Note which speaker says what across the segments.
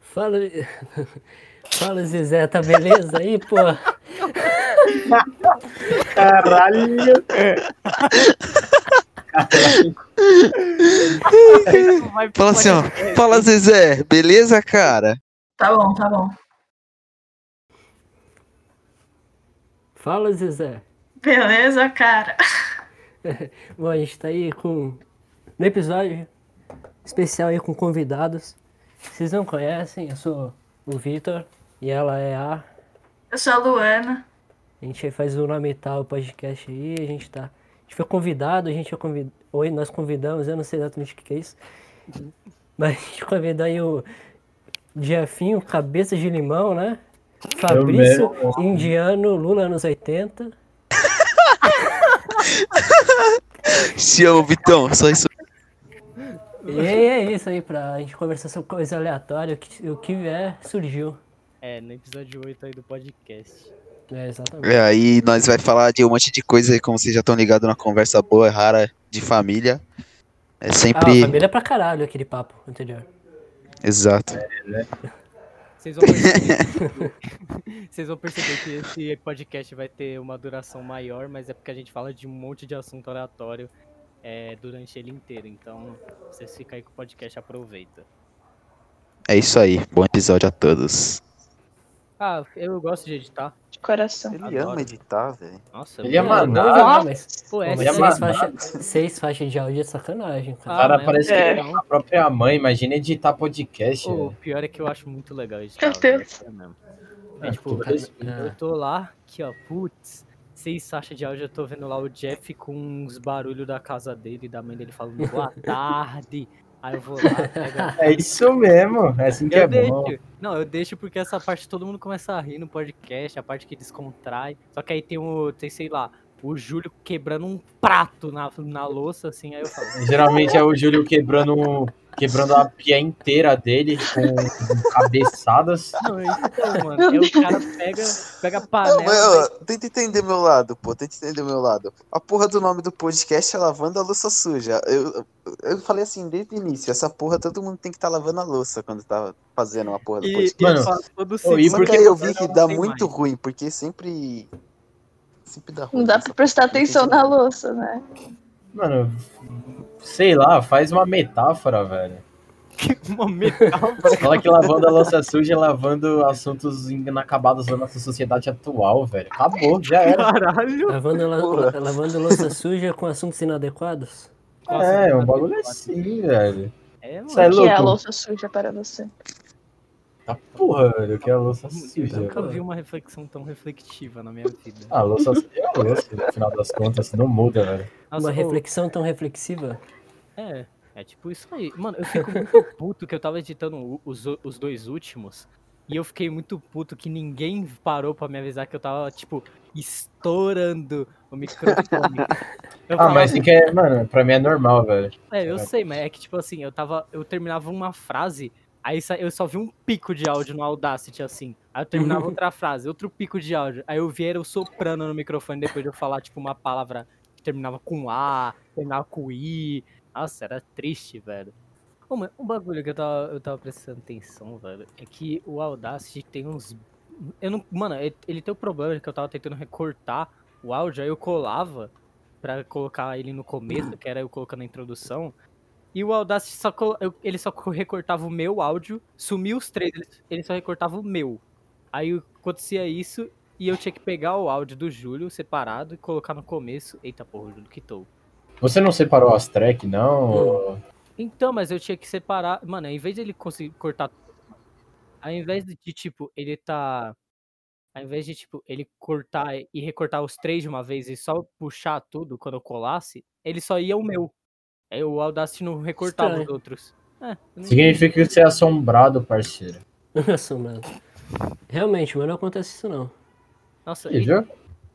Speaker 1: Fala, Fala Zezé, tá beleza aí, pô?
Speaker 2: Caralho!
Speaker 3: Fala assim, ó. Fala Zezé, beleza, cara?
Speaker 4: Tá bom, tá bom.
Speaker 1: Fala, Zezé.
Speaker 4: Beleza, cara.
Speaker 1: Bom, a gente tá aí com um episódio especial aí com convidados. Vocês não conhecem, eu sou o Vitor e ela é a.
Speaker 4: Eu sou a Luana.
Speaker 1: A gente faz o nome tal podcast aí, a gente tá. A gente foi convidado, a gente é convid... Oi, nós convidamos, eu não sei exatamente o que que é isso. Mas a gente convidou aí o Jefinho, cabeça de limão, né? Fabrício,
Speaker 2: mesmo.
Speaker 1: indiano, Lula anos 80.
Speaker 3: Se eu, Vitão, só isso.
Speaker 1: E é isso aí, pra gente conversar sobre coisa aleatória, o que, o que vier surgiu.
Speaker 5: É, no episódio 8 aí do podcast.
Speaker 1: É, exatamente.
Speaker 3: É, aí nós vai falar de um monte de coisa aí, como vocês já estão ligados na conversa boa, rara, de família. É
Speaker 1: Ah,
Speaker 3: sempre.
Speaker 1: família é pra caralho aquele papo anterior.
Speaker 3: Exato.
Speaker 5: Vocês vão perceber, que- vocês vão perceber que esse podcast vai ter uma duração maior, mas é porque a gente fala de um monte de assunto aleatório é, durante ele inteiro. Então, vocês ficam aí com o podcast, aproveita.
Speaker 3: É isso aí. Bom episódio a todos.
Speaker 5: Ah, eu gosto de editar.
Speaker 4: De coração.
Speaker 3: Ele
Speaker 5: Adoro.
Speaker 3: ama editar, velho.
Speaker 5: Nossa,
Speaker 2: Ele é
Speaker 5: eu-
Speaker 2: mandado.
Speaker 1: Ah, Não, mas
Speaker 5: Pô, é
Speaker 2: Ele
Speaker 1: seis,
Speaker 2: é mandado.
Speaker 1: faixas- seis faixas de áudio é sacanagem, cara.
Speaker 2: cara
Speaker 5: Ah, mas
Speaker 2: parece é
Speaker 5: eu-
Speaker 4: que-
Speaker 5: não.
Speaker 2: A própria mãe, imagina editar podcast.
Speaker 5: O
Speaker 2: né?
Speaker 5: pior é que eu acho muito legal editar.
Speaker 4: Meu Deus.
Speaker 5: velho, sério mesmo.
Speaker 1: Ah,
Speaker 5: É, tipo,
Speaker 2: tudo
Speaker 1: assim,
Speaker 2: isso.
Speaker 1: né?
Speaker 5: Eu tô lá, aqui ó, putz, seis faixas de áudio, eu tô vendo lá o Jeff com uns barulhos da casa dele, da mãe dele falando boa tarde. Aí eu vou lá, pego-
Speaker 2: É isso mesmo, é assim que
Speaker 5: eu
Speaker 2: é
Speaker 5: deixo.
Speaker 2: bom.
Speaker 5: Não, eu deixo porque essa parte todo mundo começa a rir no podcast, a parte que descontrai. Só que aí tem o, tem, sei lá, o Júlio quebrando um prato na, na louça, assim, aí eu falo.
Speaker 2: Geralmente é o Júlio quebrando, um- quebrando a pia inteira dele com cabeçadas.
Speaker 5: Não, então, mano, aí o cara pega, pega a panela.
Speaker 3: Não, tenta entender meu lado, pô. Tenta entender meu lado. A porra do nome do podcast é Lavando a Louça Suja. Eu, eu falei assim desde o início. Essa porra todo mundo tem que estar lavando a louça quando tá fazendo a porra do
Speaker 5: e,
Speaker 3: podcast.
Speaker 5: e
Speaker 2: Mano,
Speaker 5: faz todo
Speaker 2: e
Speaker 3: Só
Speaker 5: sentido.
Speaker 3: que
Speaker 2: porque
Speaker 3: aí eu
Speaker 5: Agora
Speaker 3: vi que
Speaker 5: não
Speaker 3: dá
Speaker 5: tem
Speaker 3: muito
Speaker 5: mais.
Speaker 3: ruim, porque sempre. Sempre dá ruim.
Speaker 4: Não dá
Speaker 3: essa
Speaker 4: pra prestar
Speaker 3: porra.
Speaker 4: atenção na louça, né?
Speaker 2: Mano, sei lá, faz uma metáfora, velho.
Speaker 5: Uma metáfora.
Speaker 2: Fala que lavando a louça suja é lavando assuntos inacabados da nossa sociedade atual, velho. Acabou, já era.
Speaker 5: Caralho!
Speaker 1: Lavando, la-
Speaker 3: Porra.
Speaker 1: lavando louça suja com assuntos inadequados?
Speaker 2: É, é um bagulho assim, velho.
Speaker 5: É, mano.
Speaker 2: Isso é
Speaker 4: O que é a
Speaker 2: louco.
Speaker 4: louça suja para você?
Speaker 2: Tá porra, velho, que é a louça suja.
Speaker 5: Nunca vi uma reflexão tão reflexiva na minha vida.
Speaker 2: Ah, louça suja é louça, no final das contas, não muda, velho.
Speaker 5: Nossa,
Speaker 1: Uma
Speaker 5: ô,
Speaker 1: reflexão tão reflexiva?
Speaker 5: É, é tipo isso aí. Mano, eu fico muito puto que eu tava editando o- os, o- os dois últimos. E eu fiquei muito puto que ninguém parou pra me avisar que eu tava, tipo, estourando o microfone. Eu
Speaker 2: Ah,
Speaker 5: falava,
Speaker 2: mas assim que é, mano, pra mim é normal, velho.
Speaker 5: É, eu sei, mas é que, tipo assim, eu tava. Eu terminava uma frase, aí sa- eu só vi um pico de áudio no Audacity, assim. Aí eu terminava outra frase, outro pico de áudio. Aí eu vi era eu soprando no microfone depois de eu falar, tipo, uma palavra que terminava com A, terminava com I. Nossa, era triste, velho. Ô, mas um bagulho que eu tava, eu tava prestando atenção, velho, é que o Audacity tem uns. Eu não. Mano, ele- ele tem o problema que eu tava tentando recortar o áudio, aí eu colava pra colocar ele no começo, que era eu colocando a introdução. E o Audacity só colo- eu- ele só co- recortava o meu áudio, sumiu os três, ele- ele só recortava o meu. Aí o- acontecia isso e eu tinha que pegar o áudio do Júlio separado e colocar no começo. Eita porra, o Júlio quitou.
Speaker 2: Você não separou as tracks, não?
Speaker 5: Então, mas eu tinha que separar. Mano, ao invés de ele conseguir cortar. Ao invés de, tipo, ele tá. Ao invés de, tipo, ele cortar e recortar os três de uma vez e só puxar tudo quando eu colasse, ele só ia o meu. Aí o Audacity não recortava os
Speaker 1: Estranho.
Speaker 5: outros. É, eu não
Speaker 2: Significa que você é assombrado, parceiro.
Speaker 1: Nossa, mano. Realmente, mas não acontece isso não.
Speaker 5: entendi. Nossa,
Speaker 2: Ih,
Speaker 5: e-
Speaker 2: viu?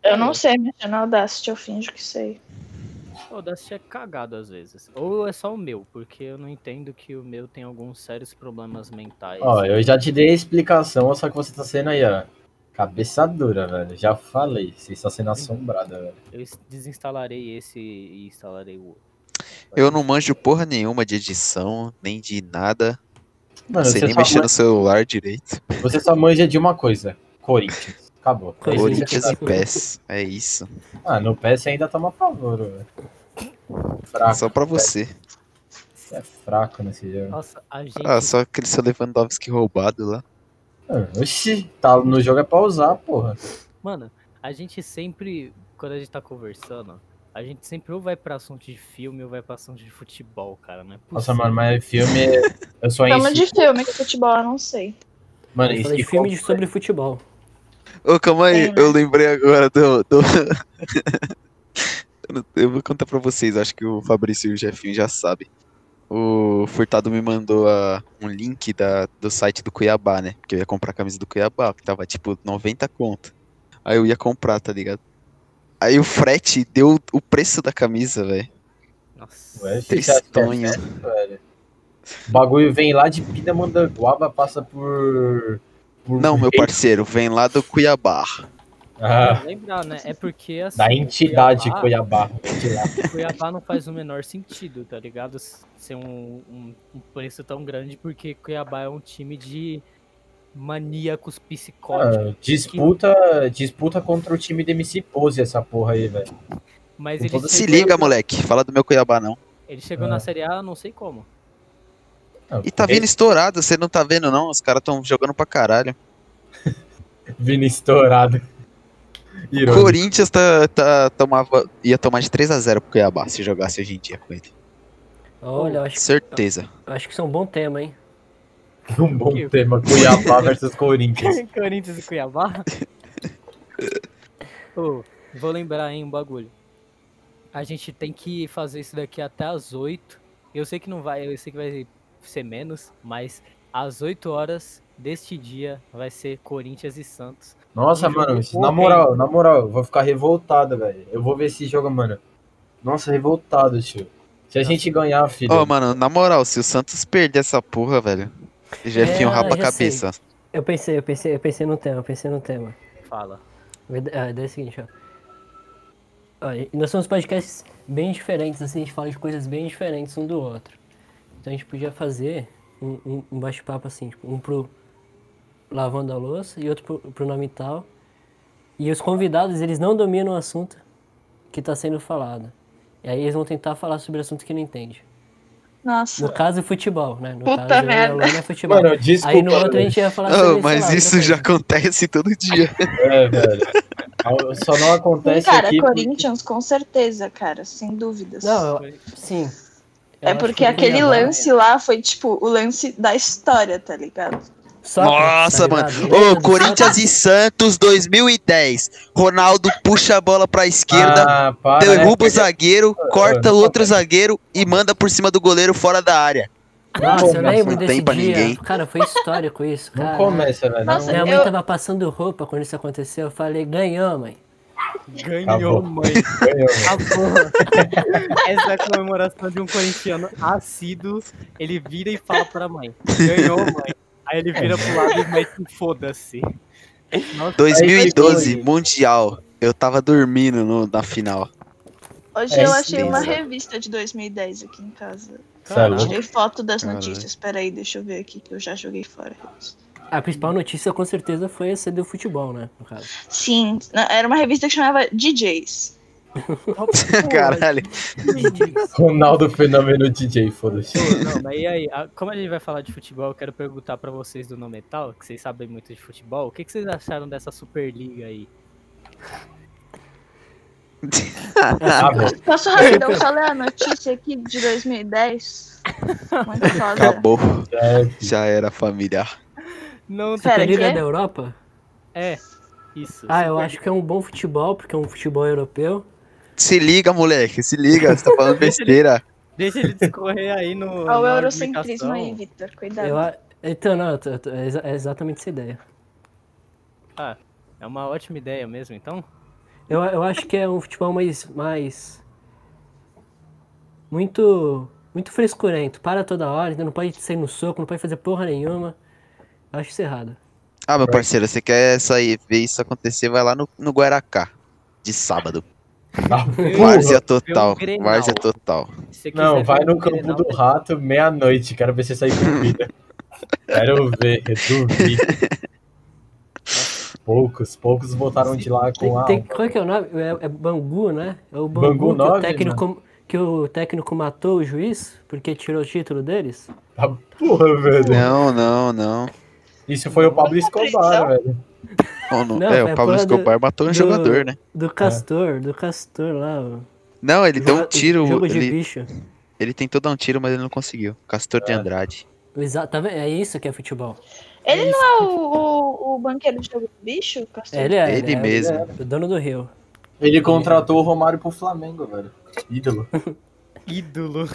Speaker 4: Eu não sei mexer no Audacity, eu finjo que sei.
Speaker 5: o Audacity é cagado às vezes. Ou é só o meu, porque eu não entendo que o meu tem alguns sérios problemas mentais.
Speaker 2: Ó, eu já te dei a explicação, só que você tá sendo aí, ó. Cabeça dura, velho. Já falei. Você está sendo assombrado, velho.
Speaker 5: Eu es- desinstalarei esse e instalarei o outro.
Speaker 3: Eu não manjo porra nenhuma de edição, nem de nada.
Speaker 2: Mano,
Speaker 3: Sem
Speaker 2: Ah, você
Speaker 3: nem
Speaker 2: só,
Speaker 3: mexer no celular direito.
Speaker 2: man- você só manja de uma coisa. Corinthians. Acabou.
Speaker 1: Pois é.
Speaker 3: Corinthians e PES. É isso.
Speaker 2: Ah, no PS ainda toma favor, velho. Fraco.
Speaker 3: Só pra você.
Speaker 2: É fraco nesse jogo.
Speaker 5: Nossa, a gente.
Speaker 3: Ah, só aquele seu Lewandowski roubado lá.
Speaker 2: Ah, Oxi, tá no jogo é pra usar, porra.
Speaker 5: Mano, a gente sempre, quando a gente tá conversando, a gente sempre ou vai pra assunto de filme ou vai pra assunto de futebol, cara. Não é
Speaker 2: Nossa,
Speaker 5: possível.
Speaker 2: mano, mas filme. é- Eu só
Speaker 4: Chama de
Speaker 2: insisto.
Speaker 4: filme que futebol, eu não sei.
Speaker 2: Mano,
Speaker 1: Eu
Speaker 2: isso
Speaker 1: falei
Speaker 2: que
Speaker 1: de filme
Speaker 2: com-
Speaker 1: de- sobre futebol.
Speaker 3: Ô, calma aí,
Speaker 4: Tem, né?
Speaker 3: eu lembrei agora do. do- Eu não- eu vou contar pra vocês, acho que o Fabrício e o Jefinho já sabem. O Furtado me mandou a- um link da, do site do Cuiabá, né? Porque eu ia comprar a camisa do Cuiabá, que tava tipo 90 conto. Aí eu ia comprar, tá ligado? Aí o frete deu o preço da camisa, velho.
Speaker 5: Nossa.
Speaker 2: Ué, se você acha que é
Speaker 3: Tristonho.
Speaker 2: certo, velho. O bagulho vem lá de Pindamondanguaba, passa por. por
Speaker 3: Não, meu parceiro, vem lá do Cuiabá.
Speaker 2: Ah,
Speaker 5: Lembrar, né? É porque assim.
Speaker 2: da entidade
Speaker 5: Cuiabá-
Speaker 2: Cuiabá. de lá.
Speaker 5: Cuiabá não faz o menor sentido, tá ligado? S- Ser um, um- um preço tão grande, porque Cuiabá é um time de maníacos psicóticos.
Speaker 2: Ah, disputa, disputa contra o time de MC Pose, essa porra aí, velho.
Speaker 5: mas
Speaker 2: com
Speaker 5: ele
Speaker 2: todo-
Speaker 5: chegou,
Speaker 3: Se liga, moleque. Fala do meu Cuiabá, não.
Speaker 5: ele chegou
Speaker 2: Ah.
Speaker 5: na Série A, não sei como.
Speaker 2: Ah,
Speaker 3: E tá vindo estourado, você não tá vendo, não? Os caras tão jogando pra caralho.
Speaker 2: Vindo estourado. Irônico.
Speaker 3: Corinthians tá, tá- tomava, ia tomar de 3x0 pro Cuiabá se jogasse hoje em dia com ele.
Speaker 1: Olha, eu acho,
Speaker 3: Certeza.
Speaker 1: eu acho que isso é um bom tema, hein?
Speaker 2: Um bom tema, Cuiabá versus Corinthians.
Speaker 5: Corinthians e Cuiabá? Ô, vou lembrar, hein, um bagulho. A gente tem que fazer isso daqui até as 8. Eu sei que não vai, eu sei que vai ser menos, mas às 8 horas deste dia vai ser Corinthians e Santos.
Speaker 2: Nossa,
Speaker 5: Um jogo
Speaker 2: mano, na
Speaker 5: horrível.
Speaker 2: moral, na moral, eu vou ficar revoltado, velho. Eu vou ver esse jogo, mano. Nossa, revoltado, tio. Se a gente ganhar, filho.
Speaker 3: Ó, mano, na moral, se o Santos perder essa porra, velho, Jefinho
Speaker 1: É,
Speaker 3: rapa a
Speaker 1: já
Speaker 3: cabeça.
Speaker 1: Eu pensei, eu pensei, eu pensei no tema, eu pensei no tema.
Speaker 5: Fala.
Speaker 1: Verd- ah, daí é o seguinte, ó. Ó, e Nós somos podcasts bem diferentes, assim, a gente fala de coisas bem diferentes um do outro. Então a gente podia fazer um, um, um bate-papo assim, tipo, um pro lavando a louça e outro pro, pro nome tal. E os convidados, eles não dominam o assunto que tá sendo falado. E aí eles vão tentar falar sobre assunto que não entende. No
Speaker 4: Nossa.
Speaker 1: caso, futebol, né? No
Speaker 4: Puta
Speaker 1: caso, eu e a
Speaker 4: merda.
Speaker 1: Luana é futebol.
Speaker 2: Mano, desculpa.
Speaker 1: aí no outro a gente ia falar sobre,
Speaker 3: Ô,
Speaker 1: sei lá,
Speaker 3: mas
Speaker 1: outra
Speaker 3: isso já
Speaker 1: coisa.
Speaker 3: acontece todo dia.
Speaker 2: velho. É, velho. Só não acontece
Speaker 4: Cara,
Speaker 2: aqui.
Speaker 4: Corinthians, com certeza, cara, sem dúvidas.
Speaker 1: Não, eu- sim. Eu
Speaker 4: é
Speaker 1: acho
Speaker 4: porque
Speaker 1: que
Speaker 4: aquele
Speaker 1: Cuiabá-
Speaker 4: lance lá foi, tipo, o lance da história, tá ligado?
Speaker 1: Só pra-
Speaker 3: Nossa,
Speaker 1: tá
Speaker 3: mano.
Speaker 1: ligado?
Speaker 3: Ô,
Speaker 1: Lembra do
Speaker 3: Corinthians e Santos 2010. Ronaldo puxa a bola pra esquerda,
Speaker 2: Ah, para,
Speaker 3: derruba o
Speaker 2: né?
Speaker 3: zagueiro, corta
Speaker 2: ah,
Speaker 3: o outro zagueiro e manda por cima do goleiro fora da área.
Speaker 1: Nossa, eu
Speaker 2: Não
Speaker 1: lembro Ah.
Speaker 3: tem
Speaker 1: desse
Speaker 3: pra
Speaker 1: dia.
Speaker 3: ninguém.
Speaker 1: Cara, foi histórico isso, cara.
Speaker 2: Não começa, velho.
Speaker 4: Nossa,
Speaker 1: Minha
Speaker 2: não,
Speaker 1: mãe
Speaker 4: Eu-
Speaker 1: tava passando roupa quando isso aconteceu. Eu falei, ganhou, mãe.
Speaker 5: Ganhou,
Speaker 2: Acabou.
Speaker 5: mãe.
Speaker 2: ganhou, velho.
Speaker 5: A porra. Essa é a comemoração de um corintiano assíduo. Ele vira e fala pra mãe: Ganhou, mãe. Aí ele vira pro lado e mete um foda-se. Nossa,
Speaker 3: 2012,
Speaker 2: foi.
Speaker 3: Mundial. Eu tava dormindo no- na final.
Speaker 4: Hoje
Speaker 2: É
Speaker 4: eu achei uma
Speaker 3: extensa.
Speaker 4: revista de 2010 aqui em casa.
Speaker 2: Cê é
Speaker 4: Eu
Speaker 2: louco?
Speaker 4: tirei foto das
Speaker 3: Caralho.
Speaker 4: notícias. Peraí, deixa eu ver aqui que eu já joguei fora.
Speaker 1: A principal notícia com certeza foi essa do futebol, né? No caso.
Speaker 4: Sim, na- era uma revista que chamava DJs.
Speaker 3: Caralho.
Speaker 2: Ronaldo Fenômeno DJ, foda-se.
Speaker 5: Ô, Não, mas e aí? A- Como a gente vai falar de futebol, eu quero perguntar pra vocês do No Metal, que vocês sabem muito de futebol. O que, que vocês acharam dessa Superliga aí?
Speaker 2: Ah, velho.
Speaker 4: Posso rapidão só ler a notícia aqui de 2010? Muito foda.
Speaker 3: Acabou.
Speaker 2: É,
Speaker 3: Já era familiar.
Speaker 5: Não,
Speaker 4: Pera,
Speaker 1: Superliga
Speaker 4: quê?
Speaker 1: da Europa?
Speaker 5: é. Isso.
Speaker 1: Ah, eu acho que é um bom futebol, porque é um futebol europeu.
Speaker 3: Se liga, moleque, se liga. Você tá falando besteira.
Speaker 5: Deixa ele discorrer aí no.
Speaker 4: Olha o
Speaker 5: na
Speaker 4: eurocentrismo aí,
Speaker 5: argumentação.
Speaker 4: Vitor.
Speaker 1: Eu
Speaker 2: Tá.
Speaker 4: Cuidado.
Speaker 1: a- então, não, eu tô- eu tô- é exa- é exatamente essa ideia.
Speaker 5: É uma ótima ideia mesmo, então.
Speaker 1: Eu, eu acho que é um futebol mais. mais muito. muito frescurento. Para toda hora, ainda não pode sair no soco, não pode fazer porra nenhuma. Eu acho isso errado.
Speaker 3: Ah, meu parceiro, você quer sair ver isso acontecer? Vai lá no, no Guaracá. De sábado.
Speaker 2: tá.
Speaker 3: Várzea
Speaker 1: um
Speaker 3: total.
Speaker 5: Grenal.
Speaker 3: Várzea total.
Speaker 5: Se você quiser
Speaker 2: Não, vai
Speaker 5: ver um
Speaker 2: no
Speaker 5: o
Speaker 2: campo
Speaker 5: Grenal,
Speaker 2: do rato meia-noite. Quero ver você sair com vida. Quero ver, duvido. Poucos, poucos voltaram de lá com
Speaker 1: Tem,
Speaker 2: a.
Speaker 1: tem, qual é que é o nome? É, é Bangu, né? É o
Speaker 2: Bangu
Speaker 1: Bangu, que,
Speaker 2: nove, né?
Speaker 1: o técnico, que o técnico matou o juiz porque tirou o título deles.
Speaker 2: Tá porra, velho.
Speaker 3: Não, não, não.
Speaker 2: Isso foi o Pablo Escobar, velho.
Speaker 3: Ou não-
Speaker 1: Não,
Speaker 3: é,
Speaker 1: é
Speaker 3: o Pablo
Speaker 1: porra do-
Speaker 3: Escobar matou um
Speaker 1: do-
Speaker 3: jogador, né?
Speaker 2: É.
Speaker 1: Do Castor, do Castor lá. o
Speaker 3: Não, ele deu um
Speaker 1: joga-
Speaker 3: tiro.
Speaker 1: Jogo de
Speaker 3: Ele,
Speaker 1: bicho.
Speaker 3: ele tentou dar um tiro, mas ele não conseguiu. Castor de Andrade.
Speaker 1: Exato, tá vendo? É isso que é futebol.
Speaker 4: Ele não é o, o, o banqueiro de jogo do bicho, Castor?
Speaker 1: É, ele é.
Speaker 3: Ele
Speaker 1: é,
Speaker 3: mesmo.
Speaker 1: é o dono do Rio.
Speaker 2: Ele contratou o Romário pro Flamengo, velho. Ídolo.
Speaker 5: Ídolo.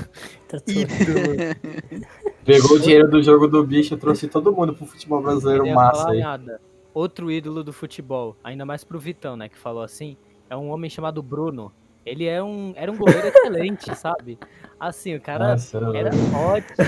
Speaker 1: Tá tudo.
Speaker 5: Ídolo.
Speaker 2: Pegou o dinheiro do jogo do bicho e trouxe todo mundo pro futebol brasileiro
Speaker 5: Não ia
Speaker 2: massa
Speaker 5: falar
Speaker 2: aí.
Speaker 5: nada. Outro ídolo do futebol, ainda mais pro Vitão, né, que falou assim, é um homem chamado Bruno. Ele é um, era um goleiro excelente, sabe? Assim, o cara
Speaker 2: Nossa,
Speaker 5: era
Speaker 2: velho.
Speaker 5: ótimo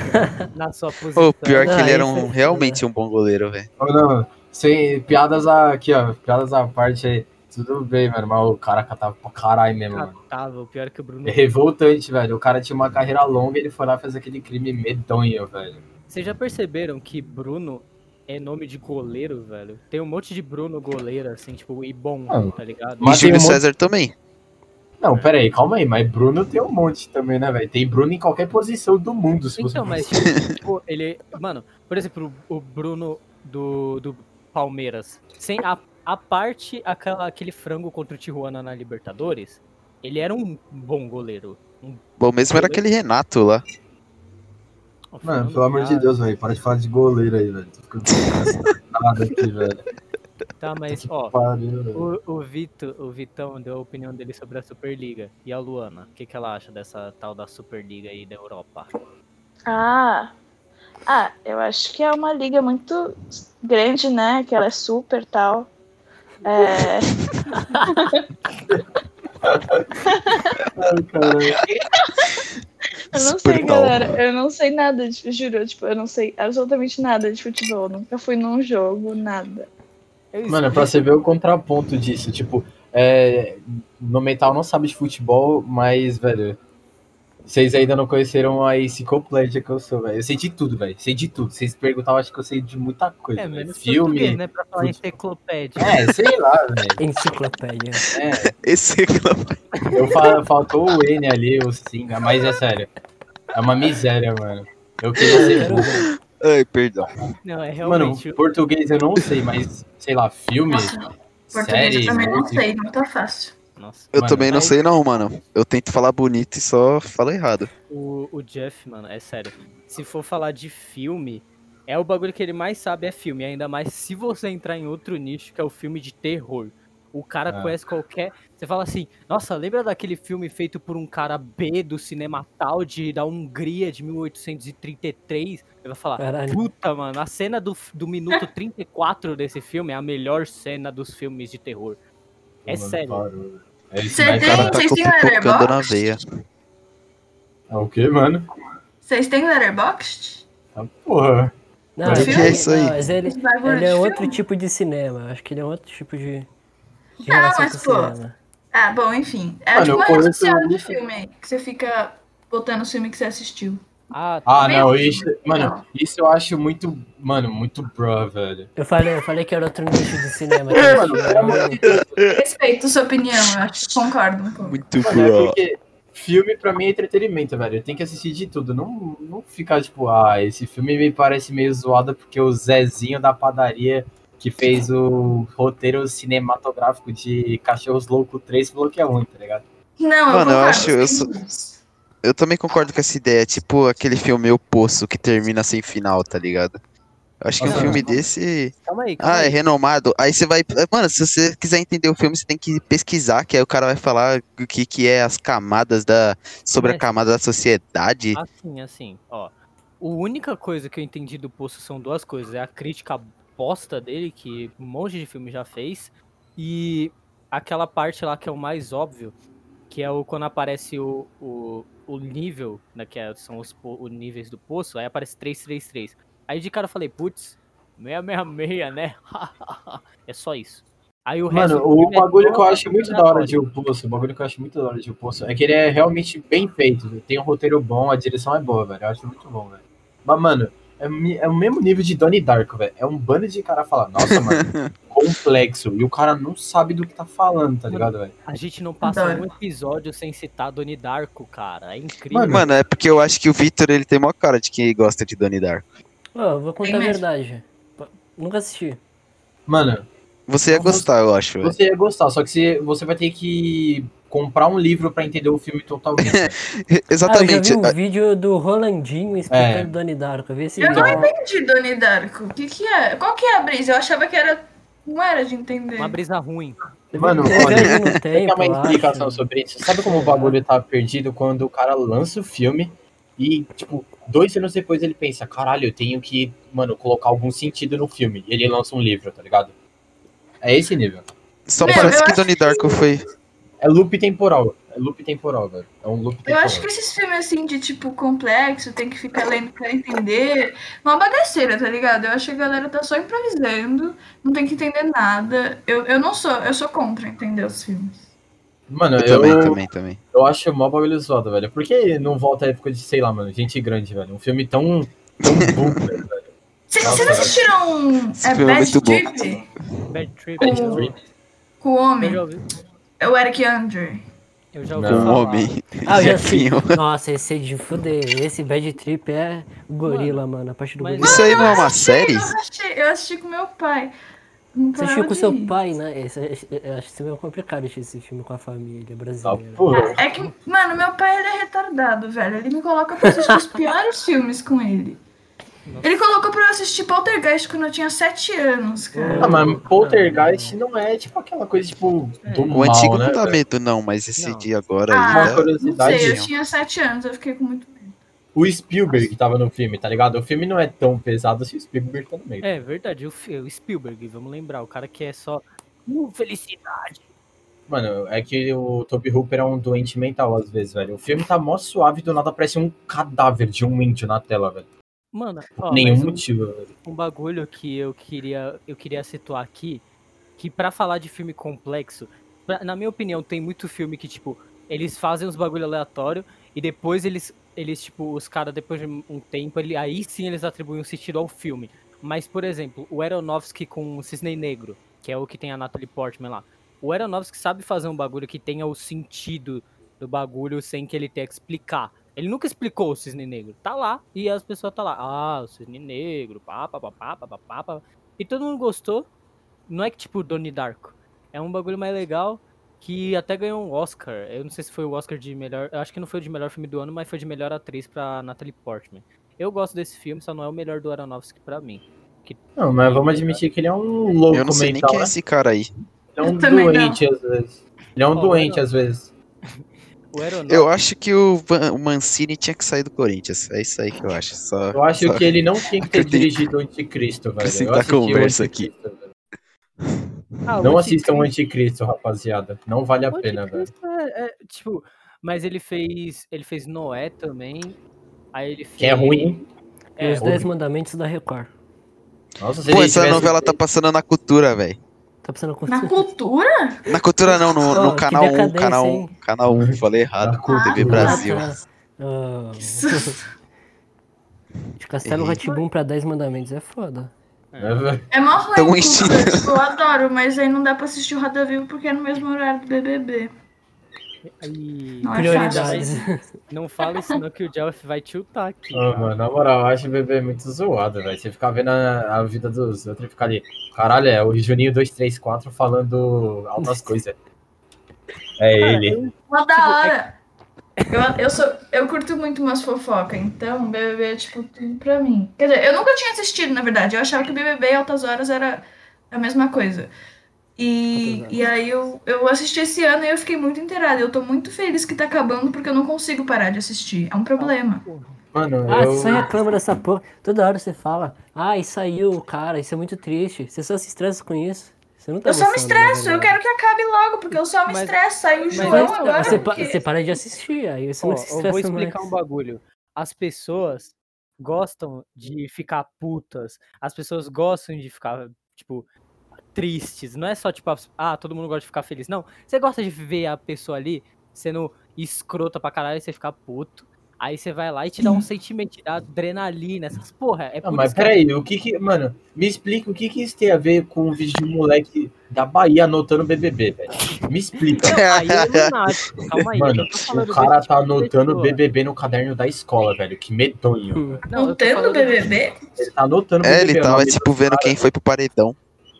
Speaker 5: na sua posição.
Speaker 3: Ô, pior que
Speaker 1: Ah,
Speaker 3: ele era
Speaker 1: isso
Speaker 3: um,
Speaker 1: é-
Speaker 3: realmente um bom goleiro, velho.
Speaker 2: Ô, não, sem piadas aqui, ó. Piadas à parte aí. Tudo bem, mano. Mas o cara catava pra caralho mesmo, mano.
Speaker 5: Catava, o pior que o Bruno.
Speaker 2: É revoltante, velho. O cara tinha uma carreira longa e ele foi lá fazer aquele crime medonho, velho.
Speaker 5: Vocês já perceberam que Bruno é nome de goleiro, velho? Tem um monte de Bruno goleiro, assim, tipo, e bom,
Speaker 2: Ah,
Speaker 5: tá ligado?
Speaker 3: E
Speaker 2: Mas tem
Speaker 3: Júlio
Speaker 2: um monte-
Speaker 3: César também.
Speaker 2: Não, pera aí, calma aí. Mas Bruno tem um monte também, né, velho? Tem Bruno em qualquer posição do mundo, se você
Speaker 5: Então, mas, tipo, tipo, ele. Mano, por exemplo, o o Bruno do, do Palmeiras. Sem a, a parte, aquela, aquele frango contra o Tijuana na Libertadores, ele era um bom goleiro.
Speaker 3: Bom, mesmo era aquele Renato lá.
Speaker 2: Mano, pelo amor
Speaker 5: Ah.
Speaker 2: de Deus, velho. Para de falar de goleiro aí, velho. Tô ficando desesperado aqui, velho.
Speaker 5: Tá, mas, ó.
Speaker 2: Pariu, velho.
Speaker 5: O, o, Vito, o Vitão deu a opinião dele sobre a Superliga. E a Luana, o que, que ela acha dessa tal da Superliga aí da Europa?
Speaker 4: Ah. ah, eu acho que é uma liga muito grande, né? Que ela é super tal. É,
Speaker 2: Ai, caralho.
Speaker 4: eu não
Speaker 3: Super
Speaker 4: sei,
Speaker 3: tal.
Speaker 4: galera. Eu não sei nada, de, juro. Tipo, eu não sei absolutamente nada de futebol. Nunca fui num jogo, nada.
Speaker 2: Mano, é pra você ver o contraponto disso. Tipo, é, no mental não sabe de futebol, mas, velho. Vocês ainda não conheceram a enciclopédia que eu sou, velho. Eu sei de tudo, velho. Sei de tudo. Vocês perguntavam, acho que eu sei de muita coisa.
Speaker 5: É,
Speaker 2: velho.
Speaker 5: menos
Speaker 2: Filme.
Speaker 5: português, né? Pra falar
Speaker 2: fute-
Speaker 5: enciclopédia.
Speaker 2: É, sei lá, velho.
Speaker 1: Enciclopédia.
Speaker 2: É,
Speaker 3: Esse
Speaker 2: eu falo, faltou o N ali, o Singa, mas é sério. É uma miséria, mano. Eu queria ser.
Speaker 1: Quero ver.
Speaker 3: Ai, perdão.
Speaker 5: Não, é
Speaker 2: Mano,
Speaker 5: realmente.
Speaker 2: português eu não sei, mas sei lá, filme,
Speaker 6: Português
Speaker 2: série,
Speaker 6: eu também não
Speaker 2: música.
Speaker 6: sei, não tá fácil.
Speaker 5: Nossa.
Speaker 3: Eu
Speaker 2: Mano, é
Speaker 3: também não
Speaker 2: mas-
Speaker 3: sei não, mano. Eu tento falar bonito e só falo errado.
Speaker 5: O, o Jeff, mano, é sério. Se for falar de filme, é o bagulho que ele mais sabe é filme. Ainda mais se você entrar em outro nicho, que é o filme de terror. O cara
Speaker 2: Ah.
Speaker 5: conhece qualquer. Você fala assim, nossa, lembra daquele filme feito por um cara B do cinema tal de da Hungria de 1833? Ele vai falar,
Speaker 1: Caralho.
Speaker 5: puta, mano, a cena do, f- do minuto 34 desse filme é a melhor cena dos filmes de terror. É
Speaker 2: Mano,
Speaker 5: sério.
Speaker 2: parou. É isso,
Speaker 3: Aí o
Speaker 6: Você
Speaker 2: né,
Speaker 6: tem-
Speaker 3: cara
Speaker 2: cara?
Speaker 3: tá
Speaker 6: vocês
Speaker 3: com
Speaker 6: têm
Speaker 3: pipocando
Speaker 6: Letterboxd?
Speaker 3: na veia.
Speaker 2: É o quê, mano?
Speaker 6: Vocês têm Letterboxd?
Speaker 2: Ah, porra.
Speaker 1: Não,
Speaker 3: Mas
Speaker 1: ele-
Speaker 3: que é isso aí?
Speaker 1: não, mas ele,
Speaker 6: Esse bagulho
Speaker 1: ele é
Speaker 6: de
Speaker 1: outro
Speaker 6: filme?
Speaker 1: tipo de cinema. Acho que ele é outro tipo de, de
Speaker 6: Ah,
Speaker 1: relação
Speaker 6: mas,
Speaker 1: com o
Speaker 6: pô,
Speaker 1: cinema.
Speaker 6: Ah, bom, enfim. É
Speaker 2: Mano,
Speaker 6: tipo
Speaker 2: eu
Speaker 6: uma
Speaker 2: conheço
Speaker 6: rede social de
Speaker 2: muito-
Speaker 6: filme que você fica botando o filme que você assistiu.
Speaker 5: Ah,
Speaker 2: Ah,
Speaker 6: Também
Speaker 2: não,
Speaker 6: acho
Speaker 2: isso. Mano, isso eu acho muito. Mano, muito bro, velho.
Speaker 1: Eu falei, eu falei que era outro nicho de cinema.
Speaker 3: É,
Speaker 2: É, Mano, pelo amor
Speaker 1: né?
Speaker 2: de Deus.
Speaker 6: Respeito sua opinião, eu acho que concordo um pouco.
Speaker 3: Muito
Speaker 2: Mano, é
Speaker 3: bro.
Speaker 2: porque filme pra mim é entretenimento, velho. Eu tenho que assistir de tudo. Não, não ficar tipo, ah, esse filme me parece meio zoado porque é o Zezinho da padaria que fez o roteiro cinematográfico de Cachorros Louco 3 falou que é ruim, tá ligado?
Speaker 6: Não,
Speaker 3: Mano, eu
Speaker 6: eu concordo.
Speaker 3: acho- eu sou- Eu também concordo com essa ideia. Tipo aquele filme O Poço que termina sem final, tá ligado? Eu acho que um
Speaker 2: Nossa,
Speaker 3: filme
Speaker 2: não.
Speaker 3: desse.
Speaker 5: calma aí, calma
Speaker 3: Ah, é
Speaker 5: aí.
Speaker 3: renomado. Aí você vai. Mano, se você quiser entender o filme, você tem que pesquisar, que aí o cara vai falar o que, que é as camadas da. sobre a
Speaker 5: Mas-
Speaker 3: camada da sociedade.
Speaker 5: Assim, assim, ó. A única coisa que eu entendi do Poço são duas coisas. É a crítica bosta dele, que um monte de filme já fez, e aquela parte lá que é o mais óbvio, que é o quando aparece o, o, o nível, né, que é- são os, po- os níveis do poço, aí aparece 333. Aí de cara eu falei, putz, 666, né? é só isso. Aí o resto
Speaker 2: Mano,
Speaker 5: do
Speaker 2: o
Speaker 5: filme é
Speaker 2: bagulho que eu
Speaker 5: todo
Speaker 2: acho muito da hora
Speaker 5: aleatório.
Speaker 2: de O Poço, o bagulho que eu acho muito da hora de O Poço é que ele é realmente bem feito, velho. tem um roteiro bom, a direção é boa, velho. Eu acho muito bom, velho. Mas, mano, É, mi- é o mesmo nível de Donnie Darko, velho. É um bando de cara falar, nossa, mano, complexo. E o cara não sabe do que tá falando, tá ligado, velho?
Speaker 5: A gente não passa
Speaker 6: Adoro.
Speaker 5: um episódio sem citar Doni Darko, cara. É incrível.
Speaker 2: Mano,
Speaker 3: Mano, é porque eu acho que o Victor ele tem maior cara de quem gosta de Donnie Darko.
Speaker 1: Ó, eu vou contar a
Speaker 6: mesmo.
Speaker 1: verdade. P- Nunca assisti.
Speaker 2: Mano,
Speaker 3: Você ia
Speaker 2: Não, você-
Speaker 3: gostar, eu acho. velho.
Speaker 2: você ia gostar, só que você, você vai ter que comprar um livro pra entender o filme totalmente. velho.
Speaker 3: Exatamente. é-
Speaker 1: Ah, eu já vi um vídeo do Rolandinho explicando
Speaker 2: É.
Speaker 1: Donnie Darko. Eu vi esse
Speaker 6: Eu
Speaker 1: vídeo.
Speaker 6: não entendi, Doni Darko. O que, que é? Qual que é a brisa? Eu achava que era. Não era de entender.
Speaker 5: Uma brisa ruim.
Speaker 1: Eu vi-
Speaker 2: Mano,
Speaker 1: eu vi
Speaker 2: olha,
Speaker 1: ali no
Speaker 2: Tem
Speaker 1: um tempo,
Speaker 2: uma
Speaker 1: eu acho.
Speaker 2: explicação sobre isso. Sabe como o bagulho tá perdido quando o cara lança o filme e, tipo, dois anos depois ele pensa, caralho, eu tenho que, mano, colocar algum sentido no filme. E ele lança um livro, tá ligado? É esse nível.
Speaker 3: Só
Speaker 6: Meu,
Speaker 3: parece
Speaker 6: eu
Speaker 3: que
Speaker 6: acho
Speaker 3: Donnie
Speaker 6: que-
Speaker 3: Darko foi.
Speaker 2: É loop temporal. É loop temporal, velho. É um loop
Speaker 6: Eu
Speaker 2: temporal.
Speaker 6: acho que esses filmes assim de tipo complexo, tem que ficar lendo pra entender. Uma bagaceira, tá ligado? Eu acho que a galera tá só improvisando, não tem que entender nada. Eu, eu não sou, eu sou contra entender os filmes.
Speaker 2: Mano,
Speaker 3: Eu,
Speaker 2: eu,
Speaker 3: também, também, também.
Speaker 2: eu acho mó bagulho zoado, velho. Por que não volta a época de, sei lá, mano, gente grande, velho? Um filme tão. tão bom, velho.
Speaker 6: Vocês
Speaker 2: Nossa,
Speaker 6: vocês
Speaker 2: velho.
Speaker 6: assistiram
Speaker 3: Esse
Speaker 6: é,
Speaker 3: filme é
Speaker 6: Bad
Speaker 3: muito bom.
Speaker 6: Trip
Speaker 5: Bad Trip.
Speaker 2: Bad
Speaker 5: eu-
Speaker 2: Trip.
Speaker 6: com o
Speaker 5: Eu
Speaker 6: homem?
Speaker 5: já ouvi,
Speaker 6: É o Eric Andre.
Speaker 5: eu já ouvi
Speaker 2: Não.
Speaker 3: Um
Speaker 5: falar.
Speaker 3: homem.
Speaker 1: Ah, eu já assisti.
Speaker 3: Jefinho.
Speaker 1: Nossa, esse é de fuder. Esse Bad Trip é o gorila, mano. A parte do
Speaker 5: mas-
Speaker 1: gorila.
Speaker 3: Isso aí não é uma série?
Speaker 6: Eu assisti, eu assisti com meu pai. Não
Speaker 1: Você
Speaker 6: parava
Speaker 1: assistiu com
Speaker 6: de
Speaker 1: seu
Speaker 6: rir.
Speaker 1: pai, né? Esse, esse- eu acho que é meio complicado assistir esse filme com a família
Speaker 2: Ah,
Speaker 5: Tá
Speaker 1: brasileira.
Speaker 2: porra.
Speaker 6: É que, mano, meu pai ele é retardado, velho. Ele me coloca pra assistir os piores filmes com ele. Ele colocou pra eu assistir Poltergeist quando eu tinha 7 anos, cara.
Speaker 2: Ah, mas Poltergeist não é tipo aquela coisa, tipo, do
Speaker 3: O
Speaker 2: mal,
Speaker 3: antigo
Speaker 2: né,
Speaker 3: não tá dá
Speaker 2: velho?
Speaker 3: medo, não, mas esse
Speaker 5: Não.
Speaker 3: de agora
Speaker 6: Ah,
Speaker 2: Uma
Speaker 3: aí. dá-
Speaker 6: Não
Speaker 2: curiosidade.
Speaker 6: sei, eu tinha 7 anos, eu fiquei com muito medo.
Speaker 2: O Spielberg tava no filme, tá ligado? O filme não é tão pesado se o Spielberg tá no meio.
Speaker 5: É verdade, o, F- o Spielberg, vamos lembrar, o cara que é só. Uh, felicidade.
Speaker 2: Mano, é que o Toby Hooper é um doente mental às vezes, velho. O filme tá mó suave, do nada aparece um cadáver de um índio na tela, velho.
Speaker 5: Mano, ó,
Speaker 2: Nenhum
Speaker 5: mas um-
Speaker 2: motivo, velho.
Speaker 5: um bagulho que eu queria, eu queria situar aqui, que pra falar de filme complexo, pra- na minha opinião, tem muito filme que, tipo, eles fazem uns bagulho aleatório e depois eles, eles tipo, os caras, depois de um tempo, ele, aí sim eles atribuem um sentido ao filme. Mas, por exemplo, o Aronofsky com o Cisne Negro, que é o que tem a Natalie Portman lá. O Aronofsky sabe fazer um bagulho que tenha o sentido do bagulho sem que ele tenha que explicar. Ele nunca explicou o cisne negro. Tá lá e as pessoas tá lá. Ah, o cisne negro, pá, pá, pá, pá, pá, pá, pá, pá. E todo mundo gostou. Não é que tipo Donnie Darko. É um bagulho mais legal que até ganhou um Oscar. Eu não sei se foi o Oscar de melhor. Eu acho que não foi o de melhor filme do ano, mas foi de melhor atriz pra Natalie Portman. Eu gosto desse filme, só não é o melhor do Aronofsky pra mim.
Speaker 2: Não, mas vamos admitir que ele é um louco
Speaker 3: Eu não sei nem
Speaker 2: mental,
Speaker 3: quem é
Speaker 2: né?
Speaker 3: esse cara aí.
Speaker 2: Ele é um
Speaker 6: Eu também
Speaker 2: doente às vezes. Ele é um
Speaker 5: Ó,
Speaker 2: doente
Speaker 5: não.
Speaker 2: às vezes.
Speaker 5: O Aronofsky.
Speaker 3: Eu acho que o, Van- o Mancini tinha que sair do Corinthians. É isso aí que eu acho. Só...
Speaker 2: Eu acho que ele não tinha que ter
Speaker 3: Acredito.
Speaker 2: dirigido o Anticristo, velho.
Speaker 3: Acrescentar
Speaker 2: Eu assisti o
Speaker 3: conversa aqui.
Speaker 2: Anticristo, velho.
Speaker 5: Ah, o
Speaker 2: Não
Speaker 5: Anticristo-
Speaker 2: assistam o Anticristo, rapaziada. Não vale a
Speaker 5: O
Speaker 2: pena, velho.
Speaker 5: Anticristo é- é, tipo, mas ele fez, ele fez Noé também. Aí ele fez,
Speaker 2: Que é ruim.
Speaker 1: E os
Speaker 5: É,
Speaker 1: Dez Mandamentos da Record.
Speaker 2: Nossa, se
Speaker 3: Pô,
Speaker 2: ele
Speaker 3: essa
Speaker 2: tivesse-
Speaker 3: novela tá passando na cultura, velho.
Speaker 1: Tá precisando
Speaker 6: Na
Speaker 1: acontecer.
Speaker 6: cultura?
Speaker 3: Na cultura não, no, no
Speaker 1: Ó, que
Speaker 3: canal 1,
Speaker 1: decadência,
Speaker 3: canal 1,
Speaker 1: hein?
Speaker 3: canal 1, falei errado. TV Brasil.
Speaker 1: Ah,
Speaker 6: Que susto.
Speaker 1: de Castelo
Speaker 3: Errei.
Speaker 1: Ratibum pra Dez Mandamentos é foda.
Speaker 2: É, velho.
Speaker 6: É mó ruim,
Speaker 3: Tão
Speaker 6: cultura,
Speaker 3: enchido.
Speaker 6: tipo, eu adoro, mas aí não dá pra assistir o Roda Vivo porque é no mesmo horário do BBB.
Speaker 5: aí-
Speaker 6: Nossa. é
Speaker 1: Prioridades.
Speaker 5: Não fala isso não que o Jelf vai tiltar aqui.
Speaker 2: Ah,
Speaker 5: cara.
Speaker 2: mano, na moral, eu acho o bebê muito zoado, velho. Você ficar vendo a, a vida dos outros e ficar ali. Caralho, é o Juninho 234 falando altas coisas. É ele.
Speaker 6: Mó
Speaker 5: Tipo,
Speaker 6: da
Speaker 5: é-
Speaker 6: hora. Eu, eu, sou, eu curto muito umas fofocas, então BBB é tipo tudo pra mim. Quer dizer, eu nunca tinha assistido, na verdade. Eu achava que BBB e Altas Horas era a mesma coisa. E,
Speaker 1: Altas
Speaker 6: e aí eu, eu assisti esse ano e eu fiquei muito inteirada. Eu tô muito feliz que tá acabando porque eu não consigo parar de assistir. É um problema.
Speaker 2: Mano,
Speaker 1: Ah,
Speaker 2: eu.
Speaker 1: você só reclama dessa porra. Toda hora você fala, ai, saiu, cara, isso é muito triste. Você só se estressa com isso. Você não tá
Speaker 6: eu só me
Speaker 1: gostando, na
Speaker 6: estresso, eu
Speaker 1: verdade.
Speaker 6: quero que acabe logo, porque eu só me
Speaker 5: Mas-
Speaker 6: estresso. Saiu o
Speaker 5: mas
Speaker 6: João
Speaker 5: vai-
Speaker 6: agora.
Speaker 1: Você, pa-
Speaker 6: porque-
Speaker 1: você para de assistir, aí você
Speaker 5: Ó,
Speaker 1: não se
Speaker 5: eu vou
Speaker 1: estressa mais.
Speaker 5: explicar um bagulho. As pessoas gostam de ficar putas. As pessoas gostam de ficar, tipo, tristes. Não é só, tipo, as- ah, todo mundo gosta de ficar feliz. Não. Você gosta de ver a pessoa ali sendo escrota pra caralho e você ficar puto. Aí você vai lá e te dá um sentimento, te dá adrenalina, essas porra. É
Speaker 2: Não,
Speaker 5: por
Speaker 2: Ah, mas
Speaker 5: isso que-
Speaker 2: peraí, o que que. Mano, me explica o que que isso tem a ver com o vídeo de um moleque da Bahia anotando BBB, velho. Me explica.
Speaker 5: Aí é lunático, calma aí.
Speaker 2: Mano,
Speaker 5: eu tô falando
Speaker 2: o cara
Speaker 5: desse
Speaker 2: tá
Speaker 5: tipo de
Speaker 2: anotando
Speaker 5: pessoa.
Speaker 2: BBB no caderno da escola, velho. Que medonho.
Speaker 5: Não, eu tô
Speaker 6: Lutando o
Speaker 5: falando
Speaker 6: BBB?
Speaker 2: Ele tá anotando
Speaker 3: É, ele
Speaker 2: BBB, o
Speaker 3: tava,
Speaker 2: nome
Speaker 3: tipo,
Speaker 2: do
Speaker 3: vendo
Speaker 2: cara.
Speaker 3: quem foi pro paredão.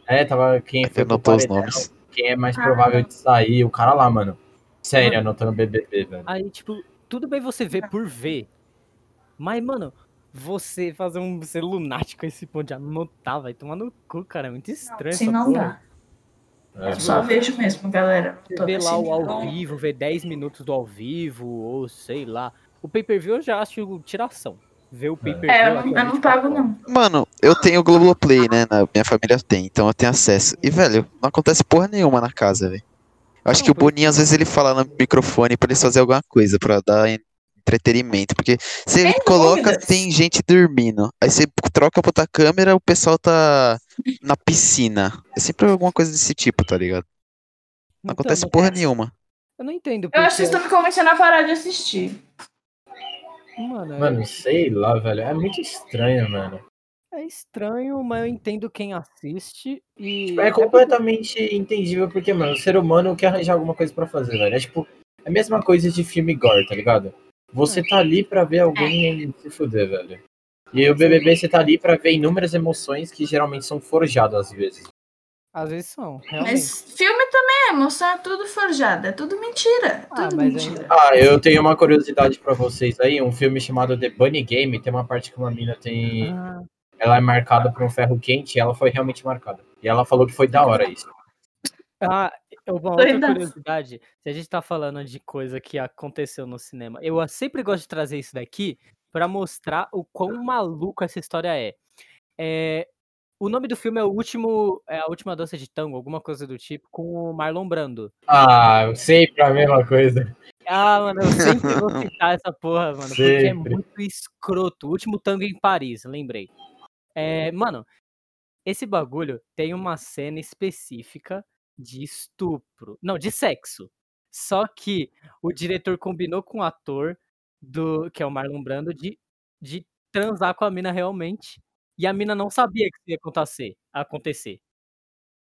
Speaker 2: É, tava quem
Speaker 3: Ele
Speaker 2: foi pro
Speaker 3: anotou os
Speaker 2: paredão,
Speaker 3: nomes.
Speaker 2: quem é mais provável de sair, o cara lá, mano. Sério, anotando BBB, velho.
Speaker 5: Aí, tipo, tudo bem você ver
Speaker 6: Uhum.
Speaker 5: por ver. Mas, mano, você fazer um ser lunático a esse ponto de anotar, vai tomar no cu, cara. É muito estranho.
Speaker 6: Sim,
Speaker 5: essa
Speaker 6: não
Speaker 5: porra.
Speaker 6: dá.
Speaker 2: É,
Speaker 6: Só
Speaker 2: mano.
Speaker 6: vejo mesmo, galera. assim. Não tô
Speaker 5: Ver lá o
Speaker 6: conseguindo.
Speaker 5: ao vivo, ver 10 minutos do ao vivo, ou sei lá. O pay-per-view eu já acho tiração. Ver o Então, pay-per-view.
Speaker 6: É, eu
Speaker 5: acho
Speaker 6: não, eu não
Speaker 5: muito
Speaker 6: pago,
Speaker 5: bacana.
Speaker 6: não.
Speaker 3: Mano, eu tenho o Globoplay, né? na- minha família tem, então eu tenho acesso. E, velho, não acontece porra nenhuma na casa, velho. Eu Acho
Speaker 5: Não,
Speaker 3: que o
Speaker 5: pois-
Speaker 3: Boninho, às vezes, ele fala no microfone pra eles fazer alguma coisa, pra dar en- entretenimento. Porque você
Speaker 6: Sem
Speaker 3: coloca,
Speaker 6: dúvidas.
Speaker 3: tem gente dormindo. Aí você troca pra outra câmera, o pessoal tá na piscina. É sempre alguma coisa desse tipo, tá ligado?
Speaker 5: Então,
Speaker 3: Não acontece
Speaker 5: mas
Speaker 3: porra nenhuma.
Speaker 5: Eu não entendo.
Speaker 6: Eu
Speaker 5: porque-
Speaker 6: acho que vocês estão me convencendo a parar de assistir.
Speaker 5: Mano, é-
Speaker 2: Mano, sei lá, velho. É muito estranho, mano.
Speaker 5: é estranho, mas eu entendo quem assiste.
Speaker 6: Tipo,
Speaker 5: E.
Speaker 2: É completamente entendível, porque, mano, o ser humano quer arranjar alguma coisa pra fazer, velho. É tipo, é a mesma coisa de filme gore, tá ligado? Você tá ali pra ver alguém se fuder, velho. E o BBB, você tá ali pra ver inúmeras emoções que geralmente são forjadas às vezes.
Speaker 5: Às vezes são. Realmente.
Speaker 6: Mas filme também é, moça, é tudo forjado, é tudo mentira.
Speaker 5: Ah,
Speaker 6: tudo
Speaker 5: mas
Speaker 6: mentira.
Speaker 2: Ah, eu tenho uma curiosidade pra vocês aí. Um filme chamado The Bunny Game tem uma parte que uma mina tem.
Speaker 5: Ah,
Speaker 2: Ela é marcada por um ferro quente e ela foi realmente marcada. E ela falou que foi da hora isso.
Speaker 5: Ah, uma outra
Speaker 6: Doida.
Speaker 5: curiosidade, se a gente tá falando de coisa que aconteceu no cinema, eu a- sempre gosto de trazer isso daqui pra mostrar o quão maluco essa história é. É, o nome do filme é o último, é a última dança de tango, alguma coisa do tipo, com o Marlon Brando.
Speaker 2: Ah, eu sei pra mesma coisa.
Speaker 5: Ah, mano, eu sempre vou citar essa porra, mano, porque é
Speaker 2: Sempre.
Speaker 5: muito escroto. O último tango em Paris, lembrei. É, mano, esse bagulho tem uma cena específica de estupro. Não, de sexo. Só que o diretor combinou com o ator, do, que é o Marlon Brando, de, de transar com a mina realmente. E a mina não sabia que isso ia acontecer. acontecer.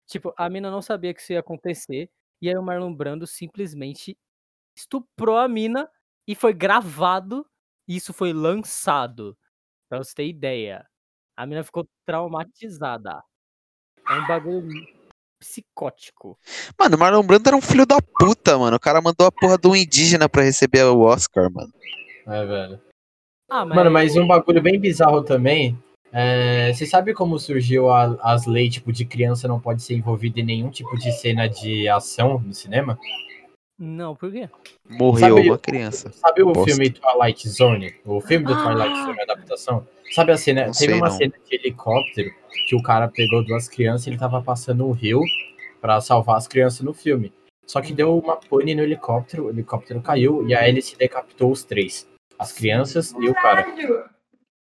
Speaker 5: Tipo, a mina não sabia que isso ia acontecer. E aí o Marlon Brando simplesmente estuprou a mina e foi gravado. E isso foi lançado. Pra você ter ideia. A mina ficou traumatizada. É um bagulho psicótico.
Speaker 3: Mano, o Marlon Brando era um filho da puta, mano. O cara mandou a porra de um indígena pra receber o Oscar, mano.
Speaker 2: É, velho.
Speaker 5: Ah, mas,
Speaker 2: Mano, mas um bagulho bem bizarro também. É, você sabe como surgiu a- as leis, tipo, de criança não pode ser envolvida em nenhum tipo de cena de ação no cinema?
Speaker 5: Não, por quê?
Speaker 3: Morreu
Speaker 2: Sabe-
Speaker 3: uma criança.
Speaker 2: Sabe o
Speaker 3: Bosta.
Speaker 2: filme Twilight Zone? O filme do Twilight
Speaker 6: Ah!
Speaker 2: Zone, a adaptação? Sabe a cena?
Speaker 3: Não
Speaker 2: teve
Speaker 3: sei,
Speaker 2: uma
Speaker 3: não.
Speaker 2: cena de helicóptero que o cara pegou duas crianças e ele tava passando um rio pra salvar as crianças no filme. Só que deu uma pane no helicóptero, o helicóptero caiu e a hélice decapitou os três. As crianças e o cara.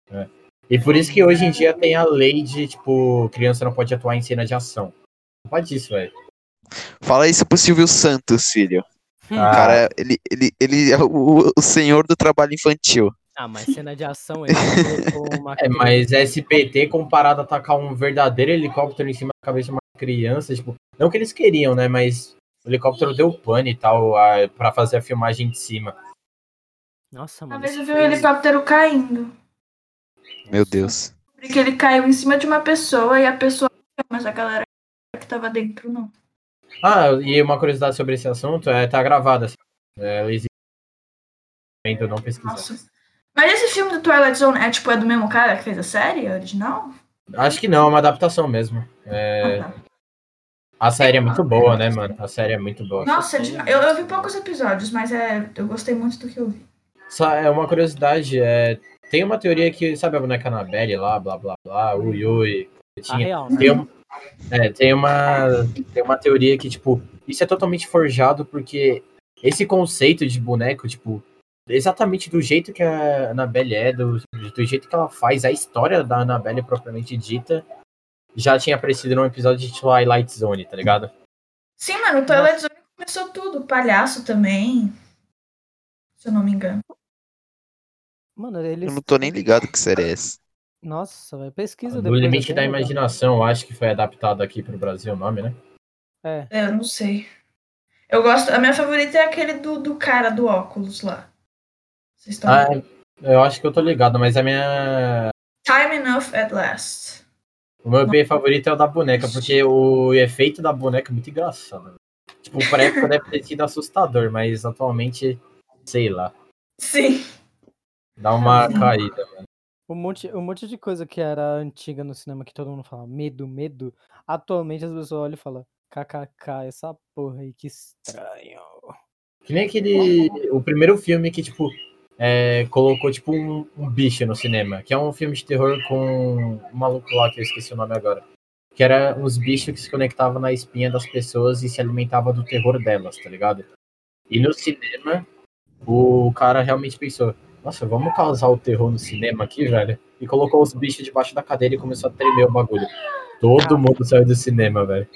Speaker 6: Caralho.
Speaker 2: E por isso que hoje em dia tem a lei de, tipo, criança não pode atuar em cena de ação. Não pode isso, velho.
Speaker 3: Fala isso pro Silvio Santos, filho. O
Speaker 2: Ah.
Speaker 3: cara, ele, ele, ele é o, o senhor do trabalho infantil.
Speaker 5: Ah, mas cena de ação ele colocou uma
Speaker 2: É, mas SPT comparado a atacar um verdadeiro helicóptero em cima da cabeça de uma criança, tipo, não que eles queriam, né? Mas o helicóptero deu pane e tal, a- pra fazer a filmagem de cima.
Speaker 5: Nossa,
Speaker 6: Uma
Speaker 5: mano.
Speaker 6: vez
Speaker 5: isso
Speaker 6: eu vi um
Speaker 5: foi-
Speaker 6: helicóptero caindo.
Speaker 3: Meu Deus.
Speaker 6: Porque ele caiu em cima de uma pessoa e a pessoa. Mas a galera que tava dentro não.
Speaker 2: Ah, e uma curiosidade sobre esse assunto é, tá gravada. assim, É, existe- ainda não pesquisar.
Speaker 6: Nossa. Mas esse filme do Twilight Zone é tipo é do mesmo cara que fez a série a original?
Speaker 2: Acho que não, é uma adaptação mesmo. É,
Speaker 6: Ah, tá.
Speaker 2: a série é muito boa, né, mano? A série é muito boa.
Speaker 6: Nossa, é demais. eu, eu vi poucos episódios, mas é, eu gostei muito do que eu vi.
Speaker 2: Só é uma curiosidade, é, tem uma teoria que, sabe a boneca Annabelle lá, blá blá blá, ui ui,
Speaker 5: A
Speaker 2: tinha,
Speaker 5: real, né?
Speaker 2: tem, um- é, tem uma tem uma teoria que, tipo, isso é totalmente forjado porque esse conceito de boneco, tipo, exatamente do jeito que a Annabelle é, do, do jeito que ela faz, a história da Annabelle propriamente dita, já tinha aparecido num episódio de Twilight Zone, tá ligado?
Speaker 6: Sim, mano, o Twilight Zone começou tudo. O palhaço também. Se eu não me engano.
Speaker 5: Mano, ele.
Speaker 3: Eu não tô nem ligado que série é essa.
Speaker 5: Nossa, velho, pesquisa
Speaker 2: No
Speaker 5: depois. é
Speaker 2: limite
Speaker 5: bem
Speaker 2: da
Speaker 5: legal.
Speaker 2: imaginação, eu acho que foi adaptado aqui pro Brasil o nome, né?
Speaker 5: É.
Speaker 6: É, eu não sei. Eu gosto. A minha favorita é aquele do, do cara do óculos lá. Vocês estão.
Speaker 5: Tá.
Speaker 2: Ah, eu acho que eu tô ligado, mas a minha.
Speaker 6: Time enough at last.
Speaker 2: O meu bem favorito é o da boneca, porque o efeito da boneca é muito engraçado. Tipo, pra época deve ter sido assustador, mas atualmente, sei lá,
Speaker 6: Sim.
Speaker 2: dá uma caída.
Speaker 5: Um monte, um monte de coisa que era antiga no cinema que todo mundo fala medo, medo. Atualmente as pessoas olham e falam kkk, essa porra aí, que estranho.
Speaker 2: Que nem aquele. O primeiro filme que, tipo, é, colocou, tipo, um, um bicho no cinema. Que é um filme de terror com um maluco lá que eu esqueci o nome agora. Que era uns bichos que se conectavam na espinha das pessoas e se alimentava do terror delas, tá ligado? E no cinema, o cara realmente pensou: Nossa, vamos causar o terror no cinema aqui, velho? E colocou os bichos debaixo da cadeira e começou a tremer o bagulho. Todo mundo saiu do cinema, velho.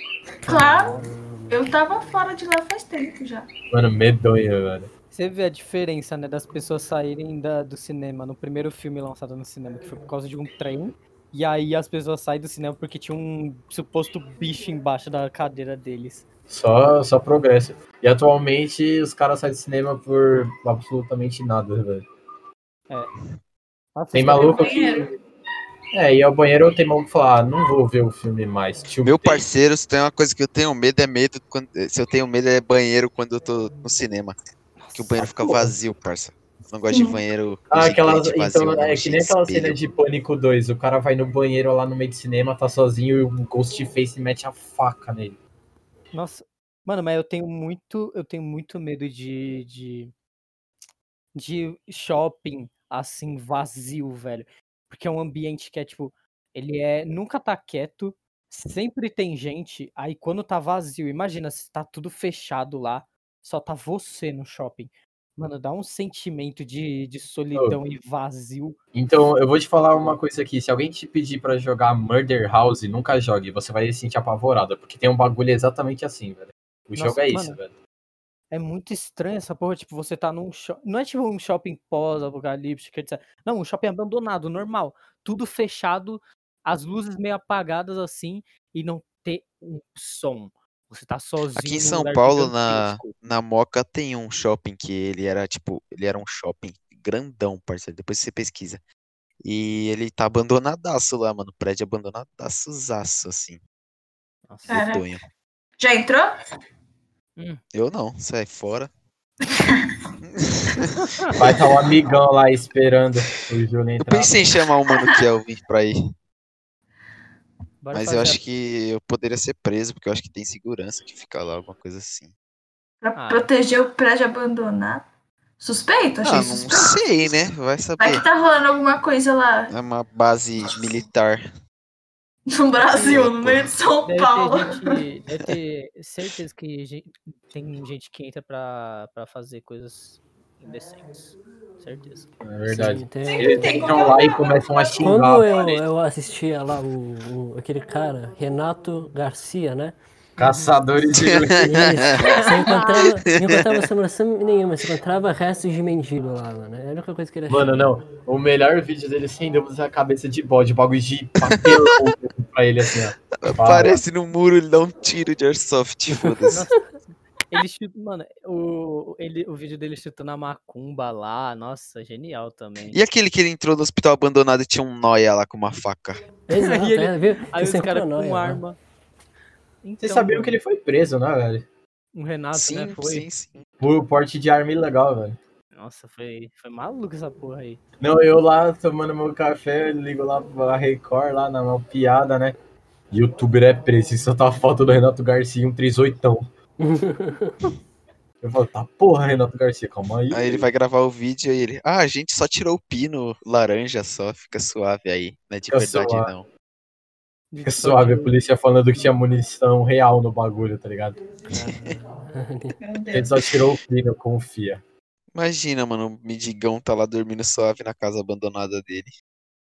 Speaker 6: Claro. Eu tava fora de lá faz tempo já.
Speaker 2: Mano, medonho, velho.
Speaker 5: Você vê a diferença, né, das pessoas saírem da- do cinema, no primeiro filme lançado no cinema, que foi por causa de um trem, e aí as pessoas saem do cinema porque tinha um suposto bicho embaixo da cadeira deles.
Speaker 2: Só, só progresso. E atualmente os caras saem do cinema por absolutamente nada, velho.
Speaker 5: Nossa,
Speaker 2: Tem
Speaker 5: isso
Speaker 2: maluco
Speaker 6: Banheiro.
Speaker 2: que. É, e ao banheiro tem maluco que fala, ah, não vou ver o filme mais. Tio
Speaker 3: Meu
Speaker 2: tem.
Speaker 3: parceiro, se tem uma coisa que eu tenho medo, é medo. Quando, se eu tenho medo, é banheiro quando eu tô no cinema. Que o banheiro fica vazio, parça. Não gosto de
Speaker 6: Sim.
Speaker 3: banheiro.
Speaker 2: Ah,
Speaker 3: gigante,
Speaker 2: aquelas.
Speaker 3: vazio,
Speaker 2: Então, é
Speaker 3: não,
Speaker 2: que nem aquela
Speaker 3: espelho.
Speaker 2: cena de Pânico 2. O cara vai no banheiro lá no meio do cinema, tá sozinho e o Ghostface mete a faca nele.
Speaker 5: Nossa, mano, mas eu tenho muito, eu tenho muito medo de, de, de shopping assim vazio, velho. Porque é um ambiente que é tipo, ele é nunca tá quieto, sempre tem gente. Aí quando tá vazio, imagina se tá tudo fechado lá, só tá você no shopping. Mano, dá um sentimento de, de solidão e vazio.
Speaker 2: Então, eu vou te falar uma coisa aqui. Se alguém te pedir pra jogar Murder House, nunca jogue. Você vai se sentir apavorada, porque tem um bagulho exatamente assim, velho. O
Speaker 5: Nossa,
Speaker 2: jogo é isso,
Speaker 5: mano.
Speaker 2: velho.
Speaker 5: É muito estranho essa porra, tipo, você tá num shopping. Não é tipo um shopping pós-apocalíptico, etc. Não, um shopping abandonado, normal. Tudo fechado, as luzes meio apagadas assim, e não ter um som. Você tá sozinho.
Speaker 3: Aqui
Speaker 5: num
Speaker 3: em São
Speaker 5: lugar
Speaker 3: Paulo, na,
Speaker 5: gigantesco.
Speaker 3: na Moca, tem um shopping que ele era, tipo, ele era um shopping grandão, parceiro. Depois você pesquisa. E ele tá abandonadaço lá, mano. Prédio abandonadaçozaço, assim.
Speaker 5: Nossa.
Speaker 6: Cara.
Speaker 3: Medonho.
Speaker 6: Já entrou?
Speaker 3: Eu não, sai fora.
Speaker 2: Vai estar um amigão lá esperando o Júlio
Speaker 3: Eu
Speaker 2: entrar.
Speaker 3: pensei em chamar o mano Kelvin pra ir,
Speaker 5: Bora
Speaker 3: mas
Speaker 5: fazer
Speaker 3: eu
Speaker 5: a-
Speaker 3: acho que eu poderia ser preso, porque eu acho que tem segurança que fica lá, alguma coisa assim.
Speaker 6: Pra
Speaker 5: Ah.
Speaker 6: proteger o prédio abandonado. Suspeito? Achei
Speaker 3: Ah, não
Speaker 6: suspeito.
Speaker 3: sei, né? Vai
Speaker 6: Vai que
Speaker 3: saber.
Speaker 6: tá rolando alguma coisa lá
Speaker 3: É uma base militar.
Speaker 6: no Brasil, no meio de São
Speaker 5: Deve
Speaker 6: Paulo.
Speaker 5: ter, gente, deve ter certeza que gen- tem gente que entra pra, pra fazer coisas indecentes. Certeza.
Speaker 2: É verdade.
Speaker 1: Sim, tem-
Speaker 6: Sempre
Speaker 2: Eles
Speaker 6: tem
Speaker 2: entram lá e começam a xingar.
Speaker 1: Quando eu,
Speaker 2: parece.
Speaker 1: eu assistia lá o, o- aquele cara, Renato Garcia, né?
Speaker 2: Caçadores de
Speaker 1: Isso. Você encontrava, não encontrava assombração nenhuma, você encontrava restos de mendigo lá, mano. Era a única coisa que ele achava.
Speaker 2: Mano, não. O melhor vídeo dele sem dúvidas é a cabeça de bode, o bagulho de papelão pra ele assim, ó. Fala.
Speaker 3: Aparece no muro, ele dá um tiro de airsoft, foda-se.
Speaker 5: Ele chuta, mano, o, ele, o vídeo dele chutando a macumba lá, nossa, genial também.
Speaker 3: E aquele que ele entrou no hospital abandonado e tinha um noia lá com uma faca?
Speaker 1: Exato,
Speaker 5: E ele-
Speaker 1: é, viu?
Speaker 5: Aí
Speaker 1: Você
Speaker 5: os caras
Speaker 1: encontrou,
Speaker 5: com
Speaker 1: né?
Speaker 5: arma. Então,
Speaker 2: Vocês sabiam que ele foi preso, né, velho?
Speaker 5: O
Speaker 2: Ah,
Speaker 5: Renato,
Speaker 3: sim,
Speaker 5: né? Foi.
Speaker 3: sim, sim.
Speaker 2: Por porte de arma ilegal, velho.
Speaker 5: Nossa, foi, foi maluco essa porra aí.
Speaker 2: Não, eu lá tomando meu café, eu ligo lá pra Record, lá na mão piada, né? Youtuber é preso, e só tá a foto do Renato Garcia, um 38. Eu falo, tá porra, Renato Garcia, calma aí.
Speaker 3: Aí ele vai gravar o vídeo e ele. Ah, a gente só tirou o pino laranja só, fica suave aí. Não é de
Speaker 2: Fica
Speaker 3: verdade,
Speaker 2: suave.
Speaker 3: não.
Speaker 2: Fica É suave, a polícia falando que tinha munição real no bagulho, tá ligado?
Speaker 6: Meu
Speaker 2: Ele
Speaker 6: Deus.
Speaker 2: só tirou o pino, confia.
Speaker 3: Imagina, mano, o mendigão tá lá dormindo suave na casa abandonada dele.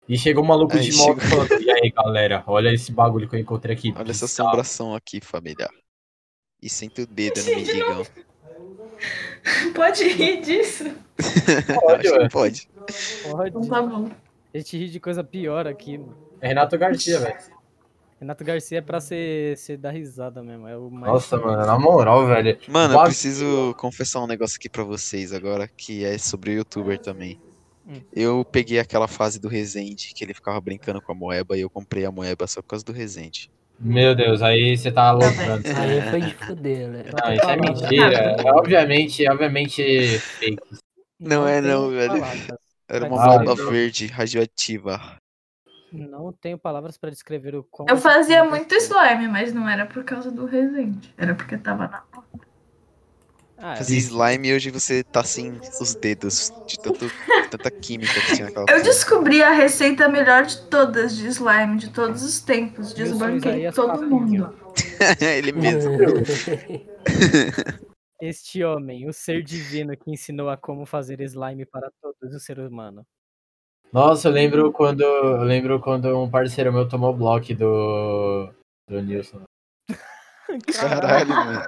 Speaker 2: E chegou um maluco
Speaker 3: Aí
Speaker 2: de moto
Speaker 3: chega-
Speaker 2: falando, e aí galera, olha esse bagulho que eu encontrei aqui.
Speaker 3: Olha essa
Speaker 2: Bizarro.
Speaker 3: assombração aqui, família. E senta o dedo no
Speaker 6: Gente,
Speaker 3: mendigão.
Speaker 6: Pode rir disso?
Speaker 2: Pode,
Speaker 3: Acho que
Speaker 2: ué.
Speaker 3: pode.
Speaker 6: Então
Speaker 5: Pode.
Speaker 6: tá bom.
Speaker 5: A gente ri de coisa pior aqui. mano.
Speaker 2: É Renato Garcia, velho.
Speaker 5: Renato Garcia é pra ser, ser dar risada mesmo. É o mais...
Speaker 2: Nossa, mano, na moral, velho.
Speaker 3: Mano, eu
Speaker 2: Quase.
Speaker 3: preciso confessar um negócio aqui pra vocês agora, que é sobre o youtuber também.
Speaker 5: Hum.
Speaker 3: Eu peguei aquela fase do Rezende, que ele ficava brincando com a moeba, e eu comprei a moeba só por causa do Rezende.
Speaker 2: Meu Deus, aí você tá aloprando.
Speaker 1: né? Aí foi de fuder, né?
Speaker 2: Não, isso é mentira. É obviamente, é obviamente fake.
Speaker 3: Não é
Speaker 5: tenho
Speaker 3: não, velho.
Speaker 5: palavras.
Speaker 3: Era uma
Speaker 2: Ah,
Speaker 3: moeba
Speaker 2: então.
Speaker 3: verde, radioativa.
Speaker 5: Não tenho palavras pra descrever o quão...
Speaker 6: Eu fazia muito slime, mas não era por causa do Resende. Era porque tava na.
Speaker 5: Ah,
Speaker 3: Fazia slime e hoje você tá sem os dedos, de tanto, tanta química que tinha naquela
Speaker 6: Eu
Speaker 3: porra.
Speaker 6: descobri a receita melhor de todas de slime, de todos os tempos. Desbanquei
Speaker 5: Isaías
Speaker 6: todo
Speaker 5: Passinho.
Speaker 6: mundo.
Speaker 3: Ele mesmo.
Speaker 5: Este homem, o ser divino que ensinou a como fazer slime para todos os seres humanos.
Speaker 2: Nossa, eu lembro quando. Eu lembro quando um parceiro meu tomou bloco do. do Nilson.
Speaker 3: Caralho, mano.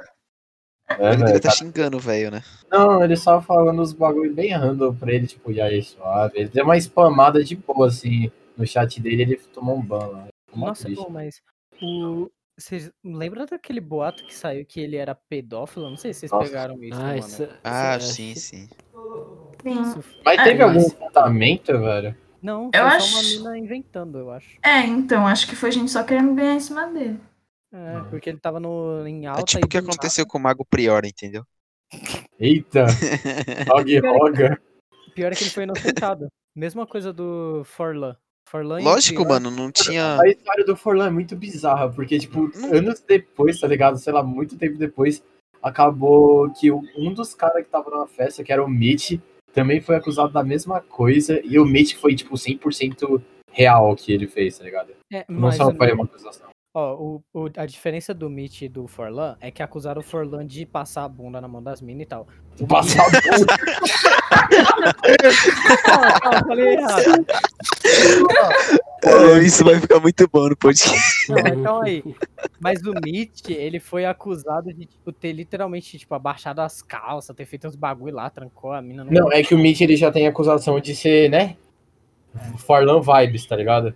Speaker 2: É,
Speaker 3: Ele devia
Speaker 2: velho,
Speaker 3: tá
Speaker 2: tá-
Speaker 3: xingando o velho, né?
Speaker 2: Não, ele só falando os bagulho bem random pra ele, tipo, e aí, suave. Ele deu uma spamada de boa, assim, no chat dele, ele tomou um ban lá. Ficou mó
Speaker 5: Nossa,
Speaker 2: triste.
Speaker 5: pô, mas o. Vocês lembram daquele boato que saiu que ele era pedófilo? Não sei se vocês
Speaker 2: Nossa.
Speaker 5: pegaram isso,
Speaker 1: Ah,
Speaker 5: mano.
Speaker 1: isso,
Speaker 3: Ah,
Speaker 1: isso-
Speaker 3: sim, sim.
Speaker 6: Sim.
Speaker 2: Mas teve
Speaker 5: Ah,
Speaker 2: algum
Speaker 5: mas-
Speaker 2: apontamento, velho?
Speaker 5: Não, foi
Speaker 6: Eu
Speaker 5: só
Speaker 6: acho-
Speaker 5: uma mina inventando, eu acho.
Speaker 6: É, então, acho que foi gente só querendo ganhar em cima dele.
Speaker 5: É, porque ele tava no, em alta
Speaker 3: É tipo o
Speaker 5: e
Speaker 3: que
Speaker 5: do nada-
Speaker 3: aconteceu com o Mago Prior, entendeu?
Speaker 2: Eita! Og Roga!
Speaker 5: Pior é que ele foi inocentado. Mesma coisa do Forlan. Forlan e o
Speaker 3: Lógico,
Speaker 5: Prior-
Speaker 3: mano, não tinha.
Speaker 2: A história do Forlan é muito bizarra, porque, tipo,
Speaker 3: Não-
Speaker 2: anos depois, tá ligado? Sei lá, muito tempo depois, acabou que o- um dos caras que tava na festa, que era o Mitch, também foi acusado da mesma coisa, e o Mitch foi, tipo, 100% real o que ele fez, tá ligado?
Speaker 5: É,
Speaker 2: Não
Speaker 5: mas,
Speaker 2: só foi
Speaker 5: amigo,
Speaker 2: uma acusação.
Speaker 5: ó, o, o- a diferença do Mitch e do Forlan é que acusaram o Forlan de passar a bunda na mão das minas e tal.
Speaker 2: Passar
Speaker 5: Ah, ah, falei errado.
Speaker 3: Ah, isso vai ficar muito bom no podcast.
Speaker 5: Não, mas calma aí. Mas o Mitch, ele foi acusado de, tipo, ter literalmente, tipo, abaixado as calças, ter feito uns bagulho lá, trancou a mina. no-
Speaker 2: Não, é que o Mitch ele já tem acusação de ser, né? Forlan vibes, tá ligado?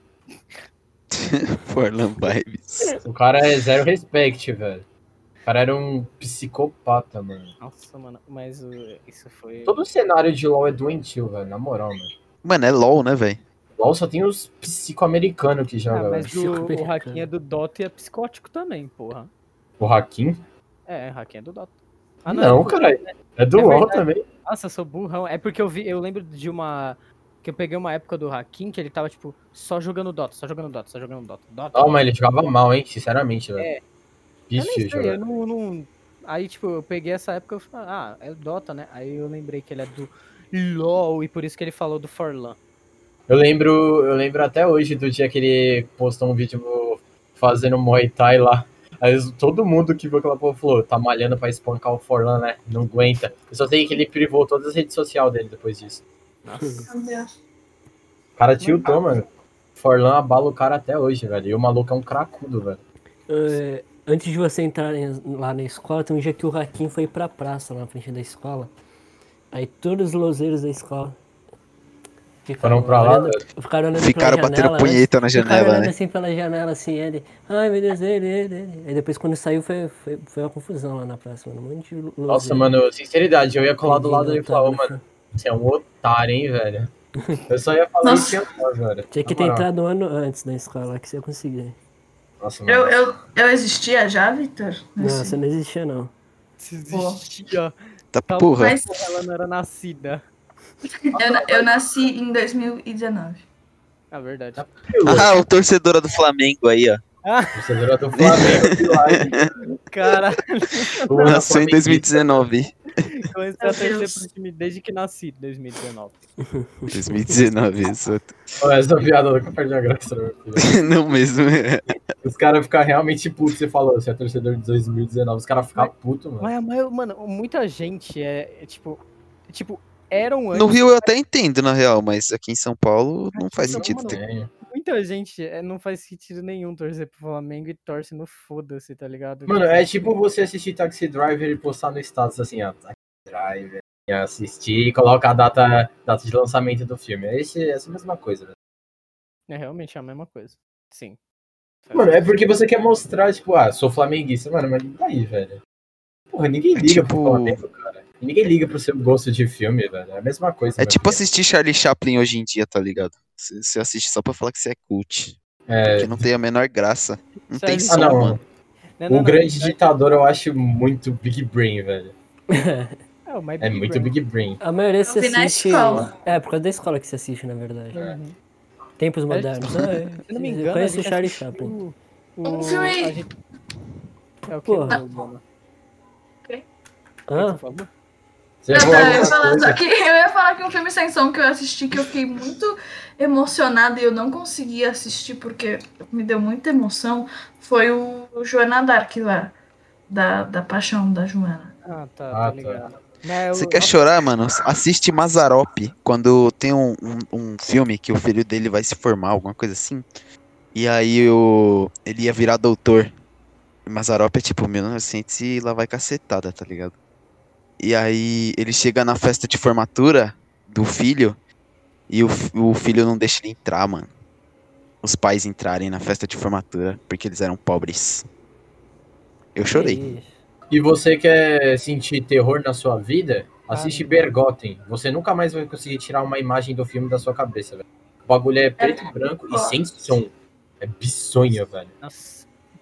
Speaker 3: Forlan Vibes.
Speaker 2: O cara é zero respect, velho. O cara era um psicopata, mano.
Speaker 5: Nossa, mano, mas uh, isso foi...
Speaker 2: Todo o cenário de LoL é doentio, velho, na moral, mano.
Speaker 3: Mano, é LOL, né, velho?
Speaker 2: LoL só tem os psico-americanos que
Speaker 5: Ah,
Speaker 2: jogam, velho.
Speaker 5: mas o, o
Speaker 1: Psicopelicano.
Speaker 5: Raquinha do Dota é psicótico também, porra.
Speaker 2: O Hakim?
Speaker 5: É, Raquinha do Dota.
Speaker 2: Ah, não, caralho. É do
Speaker 5: É
Speaker 2: LoL
Speaker 5: verdade.
Speaker 2: também.
Speaker 5: Nossa, eu sou burrão. É porque eu vi, eu lembro de uma... Que eu peguei uma época do Hakim que ele tava, tipo, só jogando Dota, só jogando Dota, só jogando Dota. Dota.
Speaker 2: Não, mas ele jogava mal, hein, sinceramente, velho. É.
Speaker 5: Eu nem sei, eu não, não- Aí, tipo, eu peguei essa época e eu falei, ah, é Dota, né? Aí eu lembrei que ele é do LOL e por isso que ele falou do Forlan.
Speaker 2: Eu lembro, eu lembro até hoje do dia que ele postou um vídeo fazendo Muay Thai lá. Aí os- todo mundo que viu aquela porra falou, tá malhando pra espancar o Forlan, né? Não aguenta. Eu só sei que ele privou todas as redes sociais dele depois disso.
Speaker 6: Meu Deus.
Speaker 2: O cara tiltou, mano. Forlan abala o cara até hoje, velho. E o maluco é um cracudo, velho.
Speaker 1: É, antes de você entrar em- lá na escola, tem um dia que o Raquim foi pra praça lá na frente da escola. Aí todos os loseiros da escola
Speaker 2: Foram pra lá, né?
Speaker 1: olhando,
Speaker 2: velho.
Speaker 1: ficaram olhando
Speaker 3: Ficaram
Speaker 1: pela
Speaker 3: batendo
Speaker 1: janela, né?
Speaker 3: punheta na
Speaker 1: Ficaram
Speaker 3: janela,
Speaker 1: olhando
Speaker 3: né?
Speaker 1: assim pela janela, assim, ele. Ai meu Deus, ele, ele, ele. Aí depois quando saiu foi, foi, foi uma confusão lá na praça, mano. Um monte de loseiro.
Speaker 2: Nossa, mano, sinceridade, eu ia colar do lado dele e falar, ô,
Speaker 1: Tava-
Speaker 2: mano, você é um otário, hein, velho. Eu só ia falar
Speaker 6: Nossa.
Speaker 2: isso e ia falar, velho.
Speaker 1: Tinha que
Speaker 2: Na
Speaker 1: ter
Speaker 2: moral.
Speaker 1: entrado um ano antes da escola, que você ia conseguir.
Speaker 2: Nossa, mano.
Speaker 6: Eu, eu, eu existia já, Victor?
Speaker 1: Não, você não existia, não.
Speaker 5: Existia.
Speaker 3: Tá porra.
Speaker 6: Mas
Speaker 5: Ela não era nascida.
Speaker 6: eu, na- eu nasci em 2019.
Speaker 5: Na É verdade.
Speaker 2: Tá.
Speaker 3: Ah, o torcedora do Flamengo aí, ó.
Speaker 2: Torcedora do Flamengo, que lá, hein?
Speaker 5: Cara,
Speaker 2: Porra,
Speaker 3: Nasceu em
Speaker 2: Flamengo.
Speaker 3: 2019.
Speaker 5: comecei a
Speaker 6: Deus.
Speaker 5: torcer pro é time desde que nasci, 2019.
Speaker 3: 2019, isso.
Speaker 2: Ó, Essa piada nunca perde a graça, né, meu filho?
Speaker 3: Não mesmo. é.
Speaker 2: Os caras ficam realmente putos. Você falou, você é torcedor de 2019. Os caras ficam putos, mano.
Speaker 5: Mas, mas, mano, muita gente é, é tipo... Tipo, eram antes...
Speaker 3: No Rio eu até entendo, na real, mas aqui em São Paulo não faz
Speaker 5: Não,
Speaker 3: sentido ter.
Speaker 2: É.
Speaker 5: Muita gente é, não faz sentido nenhum torcer pro Flamengo e torce no foda-se, tá ligado?
Speaker 2: é tipo Mano, é tipo você assistir Taxi Driver e postar no status assim, ó. drive, e assistir e coloca a data, data de lançamento do filme. É esse- essa mesma coisa, né? velho.
Speaker 5: É realmente a mesma coisa. Sim.
Speaker 2: Mano, é porque você quer mostrar, tipo, ah, sou flamenguista, mano, mas daí, velho. Porra, ninguém liga pro
Speaker 3: tipo-
Speaker 2: Flamengo, cara. E Ninguém liga pro seu gosto de filme, velho. É a mesma coisa.
Speaker 3: É
Speaker 2: mano.
Speaker 3: tipo assistir Charlie Chaplin hoje em dia, tá ligado? Você você assiste só pra falar que você é cult.
Speaker 2: É,
Speaker 3: Que não tem a menor graça. Não
Speaker 5: Charlie-
Speaker 3: tem
Speaker 5: Ah,
Speaker 3: som,
Speaker 2: não.
Speaker 3: mano.
Speaker 5: Não,
Speaker 2: o
Speaker 5: não, não,
Speaker 2: grande
Speaker 5: é-
Speaker 2: ditador eu acho muito Big Brain, velho.
Speaker 5: É, o My
Speaker 2: É muito
Speaker 5: Brain.
Speaker 2: Big Brain.
Speaker 1: A maioria se
Speaker 6: vi na
Speaker 1: assiste.
Speaker 6: escola.
Speaker 1: É, por causa da escola que se assiste, na verdade.
Speaker 5: Uhum. tipo,
Speaker 1: Tempos É. modernos. Ah, eu-
Speaker 5: Se não me
Speaker 1: eu
Speaker 5: engano,
Speaker 1: conheço
Speaker 5: a
Speaker 1: o
Speaker 5: gente
Speaker 1: Charlie
Speaker 5: assistiu
Speaker 1: Chaplin.
Speaker 5: o-
Speaker 6: Um
Speaker 5: o-
Speaker 6: filme-
Speaker 5: a gente- É o que,
Speaker 1: Porra.
Speaker 5: Bruno?
Speaker 1: Hã?
Speaker 5: Por favor.
Speaker 2: Você
Speaker 6: Não,
Speaker 2: falou
Speaker 6: tá, eu, ia
Speaker 2: alguma
Speaker 6: falar
Speaker 2: coisa?
Speaker 6: só que, eu ia falar que um filme sem som que eu assisti, que eu fiquei muito emocionada e eu não consegui assistir porque me deu muita emoção, foi o Joana Dark lá, da, da Paixão da Joana.
Speaker 5: Ah, tá, tá
Speaker 2: Ah, tá.
Speaker 5: ligado. Mas
Speaker 3: Você
Speaker 5: eu-
Speaker 3: quer chorar, mano? Assiste Mazarop. Quando tem um, um, um filme que o filho dele vai se formar, alguma coisa assim. E aí o, ele ia virar doutor. Mazarop é tipo 1900 e lá vai cacetada, tá ligado? E aí ele chega na festa de formatura do filho e o, fi- o filho não deixa ele entrar, mano. Os pais entrarem na festa de formatura porque eles eram pobres. Eu chorei.
Speaker 1: Isso.
Speaker 2: E você quer sentir terror na sua vida? Assiste
Speaker 5: Ah, não.
Speaker 2: Bergotten. Você nunca mais vai conseguir tirar uma imagem do filme da sua cabeça, velho. O bagulho é preto e branco e sem som. É bizonho, velho.
Speaker 5: Nossa.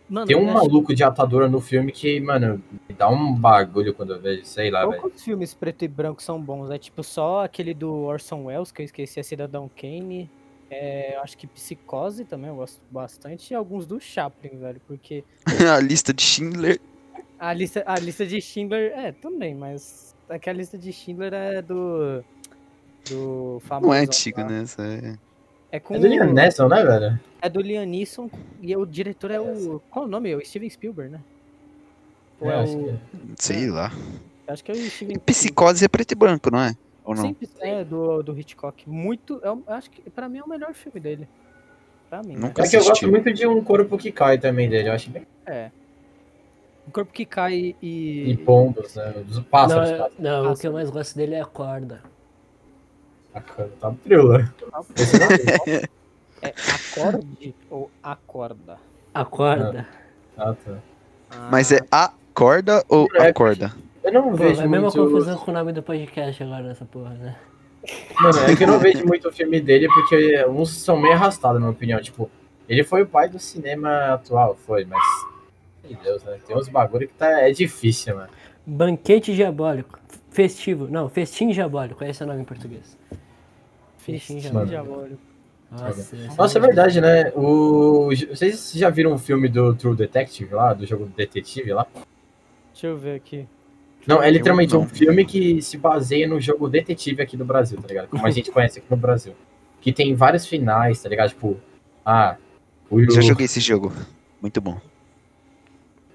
Speaker 5: Mano, né?
Speaker 2: Tem um
Speaker 5: eu
Speaker 2: maluco de atadura no filme que, mano, me dá um bagulho quando eu vejo, sei lá, velho.
Speaker 5: Poucos filmes preto e branco são bons, né? Tipo, só aquele do Orson Welles, que eu esqueci, é Cidadão Kane. É, eu acho que Psicose também eu gosto bastante. E alguns do Chaplin, velho, porque
Speaker 3: A lista de Schindler
Speaker 5: a lista, a lista de Schindler... É, também, mas... É que a lista de Schindler é do... Do famoso...
Speaker 3: não é antigo,
Speaker 5: lá.
Speaker 3: né? Isso é-
Speaker 5: É, com,
Speaker 2: É do Liam Neeson, né, velho?
Speaker 5: é do Liam Neeson e o diretor é o... Qual o nome? É o Steven Spielberg, né? Ou
Speaker 2: É,
Speaker 5: é,
Speaker 2: acho
Speaker 5: o...
Speaker 2: que
Speaker 5: Acho
Speaker 2: é.
Speaker 3: Sei lá.
Speaker 5: que... é o Steven
Speaker 3: Psicose é preto e branco, não é? Ou não?
Speaker 5: Sempre é do, do Hitchcock. Muito. Eu acho que pra mim é o melhor filme dele. Pra mim.
Speaker 3: Nunca
Speaker 5: né?
Speaker 2: É que eu
Speaker 3: assisti.
Speaker 2: gosto muito de um corpo que cai também dele. Eu acho bem.
Speaker 5: É. né? O corpo que cai e.
Speaker 2: E pombos, né? Dos
Speaker 1: Não,
Speaker 2: pássaros,
Speaker 1: é-
Speaker 2: pássaros.
Speaker 1: não, o que
Speaker 5: Pássaros.
Speaker 1: eu mais gosto dele é a corda.
Speaker 2: Bacana, Tá trula. Esse não
Speaker 5: É acorde ou acorda?
Speaker 1: A corda.
Speaker 2: Ah, tá.
Speaker 3: Mas
Speaker 5: Ah,
Speaker 3: é a corda ou
Speaker 2: É,
Speaker 3: a corda?
Speaker 2: Eu não
Speaker 1: Pô,
Speaker 2: vejo
Speaker 1: é a mesma
Speaker 2: muito...
Speaker 1: confusão com o nome do podcast agora, essa porra, né?
Speaker 2: Mano, é que eu não vejo muito o filme dele, porque uns são meio arrastados, na minha opinião. Tipo, ele foi o pai do cinema atual, foi, mas. Meu Deus, né? Tem uns bagulho que tá, é difícil, mano.
Speaker 1: Banquete diabólico. Festivo. Não, festim diabólico. Esse é o nome em português.
Speaker 5: Fechinho
Speaker 1: Mano.
Speaker 5: diabólico.
Speaker 1: Nossa, esse
Speaker 2: Nossa, é
Speaker 1: nome-
Speaker 2: verdade, né? O... Vocês já viram o filme do True Detective lá, do jogo do detetive lá?
Speaker 5: Deixa eu ver aqui.
Speaker 2: Não, é literalmente
Speaker 3: não.
Speaker 2: um filme que se baseia no jogo detetive aqui do Brasil, tá ligado? Como a gente conhece aqui no Brasil. Que tem vários finais, tá ligado? Tipo, ah, o,
Speaker 3: Já joguei esse jogo. Muito bom.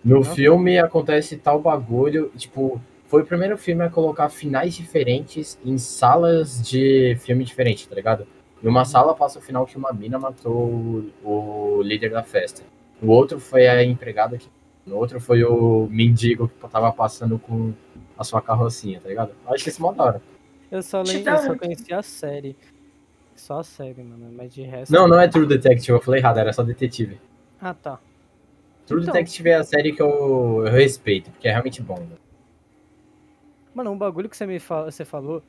Speaker 2: No
Speaker 5: Não.
Speaker 2: filme acontece tal bagulho, tipo, foi o primeiro filme a colocar finais diferentes em salas de filme diferente, tá ligado? Numa sala passa o final que uma mina matou o- o líder da festa. No outro foi a empregada que. No outro foi o mendigo que tava passando com a sua carrocinha, tá ligado? Eu Acho que isso é mó da hora.
Speaker 5: Eu só lembro, eu só conheci a série. Só a série, mano. Mas de resto.
Speaker 2: Não, não é True Detective, eu falei errado, era só detetive.
Speaker 5: Ah, tá.
Speaker 2: True
Speaker 5: Então.
Speaker 2: Detective é a série que eu, eu respeito, porque é realmente bom. né?
Speaker 5: Mano, um bagulho que você me fa- você falou,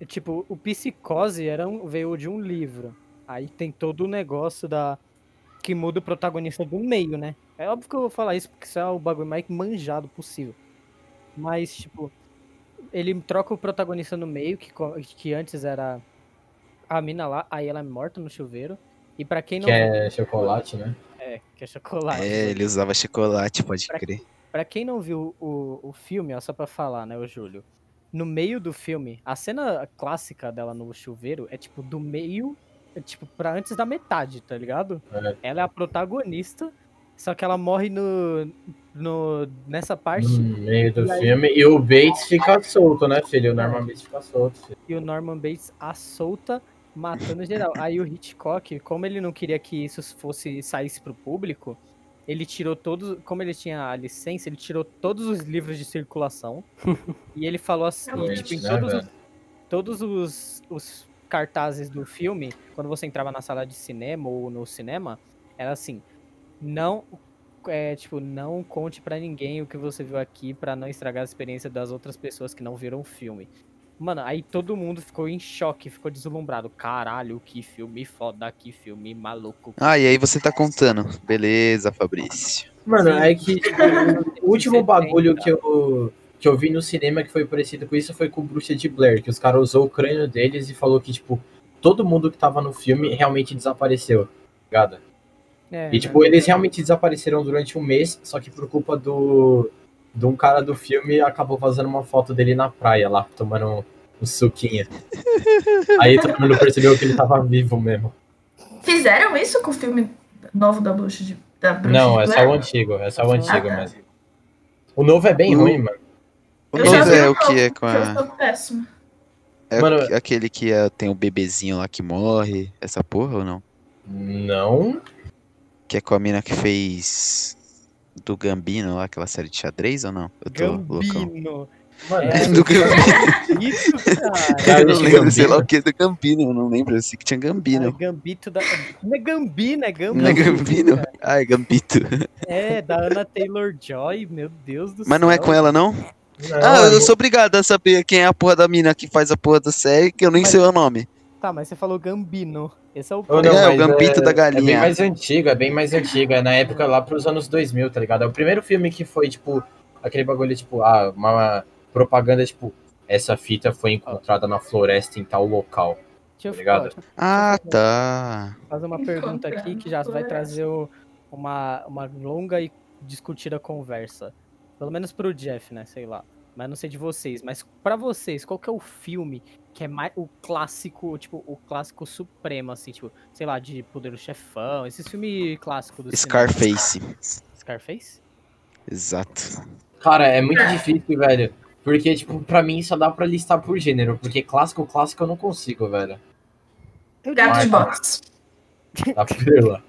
Speaker 5: é, tipo, o Psicose era um- veio de um livro. Aí tem todo o negócio da que muda o protagonista do meio, né? É óbvio que eu vou falar isso porque isso é o bagulho mais manjado possível. Mas tipo, ele troca o protagonista no meio que co- que antes era a mina lá, aí ela é morta no chuveiro. E pra quem não
Speaker 2: Que é chocolate, né?
Speaker 5: é, que é chocolate.
Speaker 3: É, ele usava chocolate, pode
Speaker 5: Pra-
Speaker 3: crer.
Speaker 5: Pra quem não viu o, o filme, ó, só pra falar, né, o Júlio. No meio do filme, a cena clássica dela no chuveiro é tipo do meio, é, tipo pra antes da metade, tá ligado?
Speaker 2: É.
Speaker 5: Ela é a protagonista, só que ela morre no, no nessa parte
Speaker 2: No meio do filme. E o Bates fica solto, né, filho? O Norman Bates fica solto. Filho.
Speaker 5: e o Norman Bates a solta matando geral. Aí o Hitchcock, como ele não queria que isso fosse saísse pro público, Ele tirou todos, como ele tinha a licença, ele tirou todos os livros de circulação. e ele falou assim,
Speaker 6: Realmente,
Speaker 5: tipo, em
Speaker 2: né,
Speaker 5: todos,
Speaker 2: velho?
Speaker 5: os, todos os, os cartazes do filme, quando você entrava na sala de cinema ou no cinema, era assim, não é, tipo, não conte pra ninguém o que você viu aqui pra não estragar a experiência das outras pessoas que não viram o filme. Mano, aí todo mundo ficou em choque, ficou deslumbrado. Caralho, que filme foda, que filme maluco.
Speaker 3: Ah, e aí você tá contando. Beleza, Fabrício.
Speaker 2: Mano, é que tipo, o último
Speaker 5: Você
Speaker 2: bagulho
Speaker 5: tem,
Speaker 2: que eu, que eu vi no cinema que foi parecido com isso foi com Bruxa de Blair, que os caras usou o crânio deles e falou que, tipo, todo mundo que tava no filme realmente desapareceu. tá Ligado?
Speaker 5: É,
Speaker 2: E, tipo, eles realmente desapareceram durante um mês, só que por culpa do. de um cara do filme acabou vazando uma foto dele na praia lá, tomando um, um suquinho. Aí todo mundo percebeu que ele tava vivo mesmo.
Speaker 6: Fizeram isso com o filme novo da Bruxa de. Da Bruxa
Speaker 2: Não,
Speaker 6: de
Speaker 2: é só
Speaker 6: Blair?
Speaker 2: o antigo, é só o antigo
Speaker 6: Ah, tá.
Speaker 2: mesmo. O novo é bem
Speaker 3: O
Speaker 2: ruim, mano.
Speaker 3: O
Speaker 6: Eu já
Speaker 3: novo
Speaker 6: vi
Speaker 3: é
Speaker 6: um
Speaker 3: o que é com
Speaker 6: porque Eu
Speaker 3: a...
Speaker 6: sou péssima.
Speaker 3: É
Speaker 2: Mano-
Speaker 3: aque- aquele que é- tem o bebezinho lá que morre. Essa porra ou não?
Speaker 2: Não.
Speaker 3: Que é com a mina que fez... Do Gambino lá, aquela série de xadrez ou não? Eu tô loucão.
Speaker 5: Gambino.
Speaker 2: Mano,
Speaker 5: É,
Speaker 3: Do Gambino.
Speaker 5: Isso, cara.
Speaker 2: Cara,
Speaker 3: Eu não
Speaker 2: esse
Speaker 3: lembro, sei
Speaker 2: Gambino.
Speaker 3: lá o que é do Gambino. Eu não lembro, eu sei que tinha
Speaker 5: É
Speaker 3: Gambino.
Speaker 5: Gambito da. Não é Gambino, é Gambino.
Speaker 3: Não é Gambino? Ah, é Gambito.
Speaker 5: É, da Anna Taylor Joy, meu Deus do céu.
Speaker 3: Mas não é com ela, não?
Speaker 2: não,
Speaker 3: Ah,
Speaker 2: é
Speaker 3: eu sou obrigado a saber quem é a porra da mina que faz a porra da série, que eu nem
Speaker 5: Mas-
Speaker 3: sei o nome.
Speaker 5: Tá, mas você falou Gambino. Esse é o.
Speaker 2: Ou
Speaker 3: É, o
Speaker 2: mas
Speaker 3: Gambito da
Speaker 2: É bem
Speaker 3: Galinha.
Speaker 2: mais antiga, é bem mais antiga. É na época lá pros anos 2000, tá ligado? É o primeiro filme que foi, tipo, aquele bagulho, tipo, ah, uma propaganda, tipo, essa fita foi encontrada na floresta em tal local.
Speaker 5: Deixa eu,
Speaker 2: Obrigado.
Speaker 5: ó, deixa
Speaker 3: Ah, tá.
Speaker 5: eu fazer uma pergunta aqui que já vai trazer o- uma, uma longa e discutida conversa. Pelo menos pro Jeff, né? Sei lá. Mas não sei de vocês. Mas pra vocês, qual que é o filme que é mais o clássico, tipo, o clássico supremo, assim, tipo, sei lá, de Poder do Chefão, esses filmes clássicos do cinema.
Speaker 3: Scarface.
Speaker 5: Scarface?
Speaker 3: Exato.
Speaker 2: Cara, é muito difícil, velho. Porque, tipo, pra mim só dá pra listar por gênero. Porque clássico, clássico eu não consigo, velho.
Speaker 5: Eu
Speaker 6: Gato de
Speaker 2: Vai.
Speaker 6: box.
Speaker 2: A perla.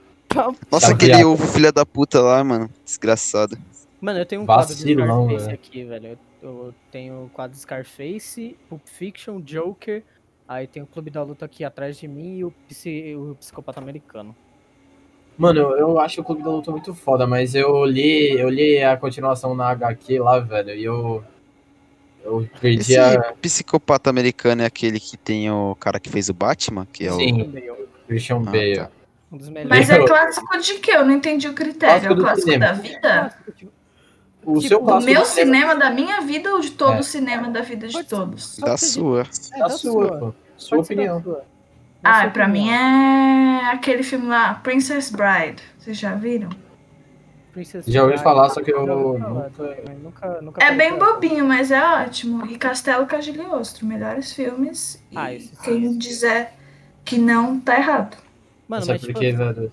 Speaker 3: Nossa,
Speaker 2: Tá
Speaker 3: aquele
Speaker 2: viado.
Speaker 3: ovo filha da puta lá, mano. Desgraçado.
Speaker 5: Mano, eu tenho um quadro
Speaker 2: Vacilão,
Speaker 5: de Scarface
Speaker 2: velho.
Speaker 5: aqui, velho. Eu, eu tenho o quadro Scarface, Pulp Fiction, Joker, aí tem o Clube da Luta aqui atrás de mim e o, psi- o Psicopata Americano.
Speaker 2: Mano, eu acho o Clube da Luta muito foda, mas eu li, eu li a continuação na HQ lá, velho, e eu. Eu perdi
Speaker 3: Esse
Speaker 2: a.
Speaker 3: psicopata americano é aquele que tem o cara que fez o Batman, que é o.
Speaker 2: Sim,
Speaker 5: Também, ó,
Speaker 2: Christian
Speaker 3: Ah,
Speaker 2: Bale.
Speaker 3: tá.
Speaker 5: Um dos melhores.
Speaker 6: Mas é
Speaker 2: Eu-
Speaker 6: clássico de quê? Eu não entendi o critério. É
Speaker 2: Clássico
Speaker 6: o
Speaker 2: do
Speaker 6: clássico
Speaker 2: cinema.
Speaker 6: da
Speaker 5: É
Speaker 6: vida?
Speaker 2: O
Speaker 5: Tipo,
Speaker 2: seu
Speaker 5: o
Speaker 6: O
Speaker 2: clássico
Speaker 6: meu
Speaker 2: do cinema-
Speaker 6: cinema da minha vida ou de todo
Speaker 2: É.
Speaker 6: o cinema da vida de
Speaker 5: Pode ser.
Speaker 6: todos?
Speaker 5: Só
Speaker 3: Da
Speaker 5: que-
Speaker 3: sua.
Speaker 5: é,
Speaker 2: Da
Speaker 5: da
Speaker 2: sua,
Speaker 5: sua.
Speaker 2: pô. Sua
Speaker 5: Pode ser da
Speaker 2: opinião.
Speaker 5: sua. Da
Speaker 6: Ah,
Speaker 5: sua
Speaker 6: pra mim
Speaker 5: opinião.
Speaker 6: é aquele filme lá, Princess Bride. Vocês já viram?
Speaker 5: Princess
Speaker 2: Já ouvi
Speaker 5: Bride.
Speaker 2: falar, só que eu
Speaker 5: Já ouvi falar,
Speaker 2: nunca-
Speaker 5: mas nunca, nunca
Speaker 6: É
Speaker 5: parei
Speaker 6: bem
Speaker 5: pra-
Speaker 6: bobinho, mas é ótimo. E Castelo Cagliostro, melhores filmes. E
Speaker 5: Ah, esse sim,
Speaker 6: quem
Speaker 5: esse sim.
Speaker 6: dizer que não, tá errado.
Speaker 5: Mano,
Speaker 2: Só
Speaker 5: mas tipo,
Speaker 2: porque, velho.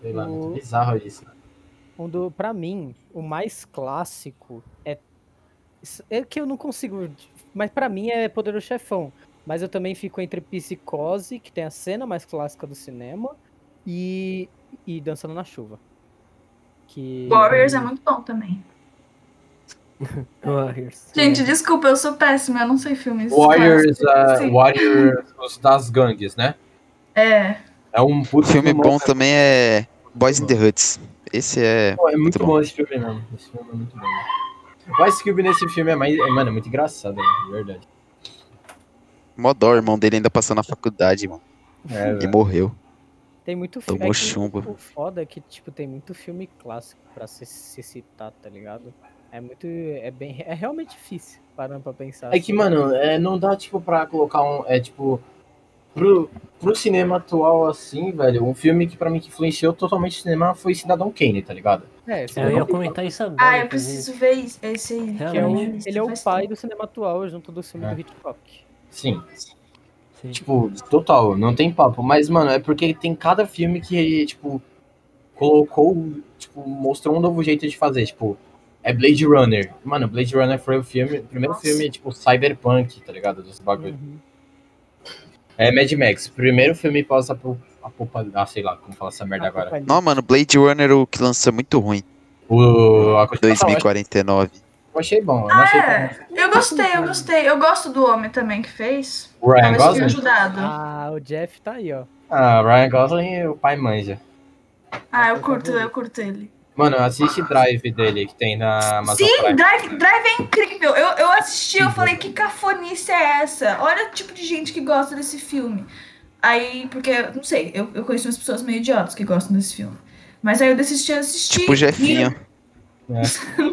Speaker 2: Sei lá, muito
Speaker 5: o-
Speaker 2: bizarro isso.
Speaker 5: Um do, pra mim, o mais clássico é. isso- É que eu não consigo. Mas pra mim é Poderoso Chefão. Mas eu também fico entre Psicose, que tem a cena mais clássica do cinema, e. e Dançando na Chuva. Que.
Speaker 6: Warriors é muito bom também.
Speaker 1: Warriors.
Speaker 6: Gente, desculpa, eu sou péssima, eu não sei filmes.
Speaker 2: é Warriors,
Speaker 6: clássicos,
Speaker 2: uh,
Speaker 6: assim.
Speaker 2: Warriors os das gangues, né?
Speaker 6: É.
Speaker 2: É um
Speaker 3: O
Speaker 2: puto
Speaker 3: filme
Speaker 2: filmão,
Speaker 3: bom
Speaker 2: cara.
Speaker 3: também é Boys in the Hoods. Esse é.
Speaker 2: Pô, é muito
Speaker 3: Muito bom.
Speaker 2: bom esse filme, mano. Esse filme é muito bom. O Ice Cube nesse filme é mais. é, Mano, é muito engraçado, né? É verdade.
Speaker 3: Mó dó, o irmão dele ainda passou na faculdade, mano.
Speaker 2: É,
Speaker 3: E
Speaker 2: velho.
Speaker 3: morreu.
Speaker 5: Tem muito filme.
Speaker 3: Tomou chumbo.
Speaker 5: O foda é que, tipo, tem muito filme clássico pra se, se citar, tá ligado? É muito. É bem. É realmente difícil parando pra pensar.
Speaker 2: É que, mano, é, não dá, tipo, pra colocar um. É tipo. Pro, pro cinema atual, assim, velho, um filme que pra mim que influenciou totalmente o cinema foi Cidadão Kane, tá ligado?
Speaker 5: É, esse
Speaker 1: Eu
Speaker 5: é
Speaker 1: ia
Speaker 5: o-
Speaker 1: comentar isso agora.
Speaker 6: Ah, eu
Speaker 1: inclusive.
Speaker 6: preciso ver isso- esse aí. um
Speaker 1: Que é
Speaker 5: que é o-
Speaker 1: realmente,
Speaker 5: ele é o pai do cinema atual junto do filme
Speaker 2: É.
Speaker 5: do Hitchcock.
Speaker 2: Sim.
Speaker 1: Sim.
Speaker 2: Tipo, total, não tem papo. Mas, mano, é porque tem cada filme que, tipo, colocou, tipo, mostrou um novo jeito de fazer. Tipo, é Blade Runner. Mano, Blade Runner foi o filme, o primeiro
Speaker 6: Nossa.
Speaker 2: filme, tipo, cyberpunk, tá ligado? Dos bagulho.
Speaker 5: Uhum.
Speaker 2: É Mad Max, primeiro filme passa por a popa. Ah, sei lá como falar essa merda
Speaker 5: Ah,
Speaker 2: agora.
Speaker 3: Não, mano, Blade Runner, o que lança é muito ruim.
Speaker 2: O, a continuação, eu achei-
Speaker 3: 2049.
Speaker 2: eu achei bom. Eu não achei
Speaker 6: é.
Speaker 2: tão-
Speaker 6: Eu gostei, eu gostei. Eu gosto do homem também que fez.
Speaker 2: O Ryan
Speaker 6: Talvez tenha
Speaker 2: Gosling?
Speaker 6: ajudado.
Speaker 5: Ah, o Jeff tá aí, ó.
Speaker 2: Ah, Ryan Gosling o pai manja.
Speaker 6: Ah, eu curto, eu curto ele.
Speaker 2: Mano, assiste Drive dele que tem na Amazon
Speaker 6: Sim,
Speaker 2: Prime.
Speaker 6: Drive, Drive é incrível. Eu, eu assisti, eu
Speaker 2: Incrível.
Speaker 6: falei, que cafonice é essa? Olha o tipo de gente que gosta desse filme. Aí, porque, não sei, eu, eu conheço umas pessoas meio idiotas que gostam desse filme. Mas aí eu decidi assistir.
Speaker 3: Tipo o Jefinho.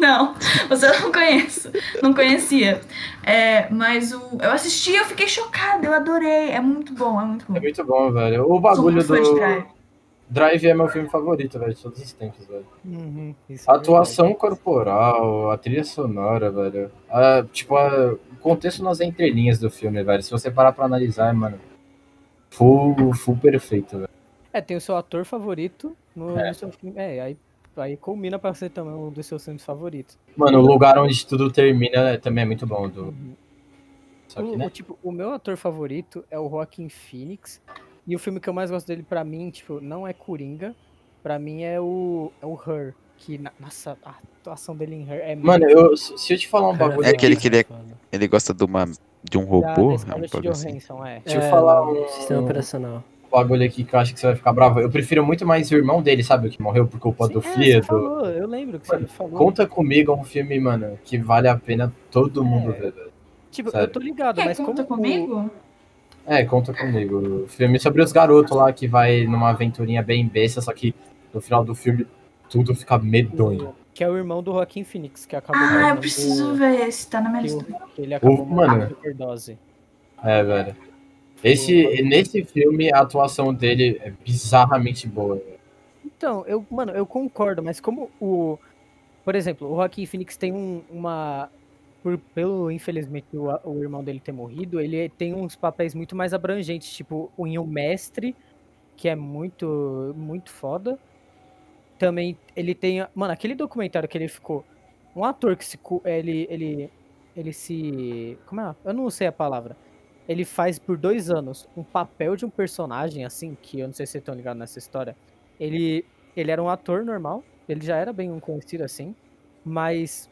Speaker 6: Não, você não conhece, não conhecia. É, mas o, eu assisti e eu fiquei chocada, eu adorei. É muito bom, é muito bom.
Speaker 2: É muito bom, velho. O
Speaker 6: Sou
Speaker 2: bagulho
Speaker 6: muito fã de Drive.
Speaker 2: do. Drive é meu filme favorito, velho, de todos os tempos, velho.
Speaker 6: Uhum.
Speaker 5: Isso é
Speaker 2: Atuação corporal, a trilha sonora, velho. Ah, tipo, a- o contexto nas entrelinhas do filme, velho. Se você parar pra analisar, mano. Full, full perfeito, velho.
Speaker 5: verdade. É, tem o seu ator favorito no,
Speaker 2: É.
Speaker 5: no seu filme. É, aí, aí combina pra ser também um dos seus filmes favoritos.
Speaker 2: Mano, o lugar onde tudo termina é- também é muito bom. Do... Só que,
Speaker 5: O,
Speaker 2: né?
Speaker 5: o tipo, o meu ator favorito é o Joaquin Phoenix. E o filme que eu mais gosto dele, pra mim, tipo, não é Coringa. Pra mim é o, é o Her. Que, na- nossa, a atuação dele em Her é muito
Speaker 2: Mano, eu, se se eu te falar um
Speaker 1: Cara,
Speaker 2: bagulho
Speaker 3: É aquele
Speaker 2: aqui,
Speaker 3: que ele é-
Speaker 1: foda.
Speaker 3: Ele gosta de, uma, de um
Speaker 5: da-
Speaker 3: robô.
Speaker 5: da
Speaker 3: É um
Speaker 5: Scarlett
Speaker 3: bagulho assim.
Speaker 5: Ah, Johansson, é.
Speaker 2: deixa eu
Speaker 1: É,
Speaker 2: falar um,
Speaker 1: Sistema operacional.
Speaker 2: bagulho aqui que eu acho que você vai ficar bravo. Eu prefiro muito mais o irmão dele, sabe? O que morreu por culpa
Speaker 5: Sim,
Speaker 2: do
Speaker 5: é, você
Speaker 2: filho.
Speaker 5: falou, eu lembro que você
Speaker 2: Mano,
Speaker 5: falou.
Speaker 2: Conta comigo é um filme, mano, que vale a pena todo mundo
Speaker 5: É.
Speaker 2: ver, velho.
Speaker 5: tipo,
Speaker 2: sério.
Speaker 5: eu tô ligado,
Speaker 6: Quer
Speaker 5: mas
Speaker 6: conta
Speaker 5: como o-
Speaker 6: comigo?
Speaker 2: É, conta comigo. O filme é sobre os garotos lá que vai numa aventurinha bem besta, só que no final do filme tudo fica medonho.
Speaker 5: Que é o irmão do Joaquim Phoenix, que acabou
Speaker 6: Ah, eu
Speaker 5: morrendo-
Speaker 6: preciso ver esse, tá na minha lista.
Speaker 5: que o- que ele acabou
Speaker 2: mano.
Speaker 5: morrendo de overdose.
Speaker 2: É, velho. Esse, nesse filme, a atuação dele é bizarramente boa. velho.
Speaker 5: Então, eu, mano, eu concordo, mas como o. Por exemplo, o Joaquim Phoenix tem um, uma. Por, pelo, infelizmente, o, a- o irmão dele ter morrido, ele tem uns papéis muito mais abrangentes, tipo o em O Mestre, que é muito, muito foda. Também ele tem. a- Mano, aquele documentário que ele ficou. Um ator que se. cu- Ele. Ele, ele se. Como é? Eu não sei a palavra. Ele faz por dois anos um papel de um personagem, assim, que eu não sei se vocês estão ligados nessa história. Ele, ele era um ator normal, ele já era bem um conhecido assim, mas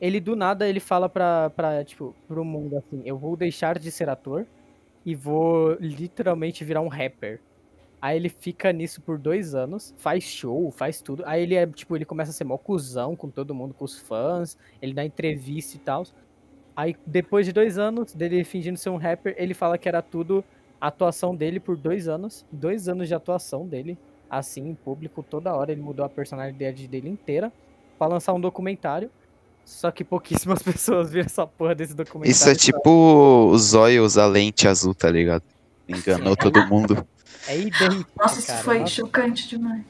Speaker 5: ele do nada ele fala pra, pra, tipo, pro mundo assim, eu vou deixar de ser ator e vou literalmente virar um rapper. Aí ele fica nisso por dois anos, faz show, faz tudo. Aí ele é, tipo, ele começa a ser mó cuzão com todo mundo, com os fãs, ele dá entrevista e tal. Aí, depois de dois anos dele fingindo ser um rapper, ele fala que era tudo a atuação dele por dois anos. Dois anos de atuação dele assim, em público, toda hora. Ele mudou a personalidade dele inteira pra lançar um documentário. Só que pouquíssimas pessoas viram essa porra desse documentário.
Speaker 3: Isso é
Speaker 5: sabe?
Speaker 3: tipo os olhos a lente azul, tá ligado? Enganou todo mundo.
Speaker 5: É idêntico,
Speaker 6: Nossa, isso
Speaker 5: cara.
Speaker 6: foi
Speaker 5: Nossa,
Speaker 6: chocante demais.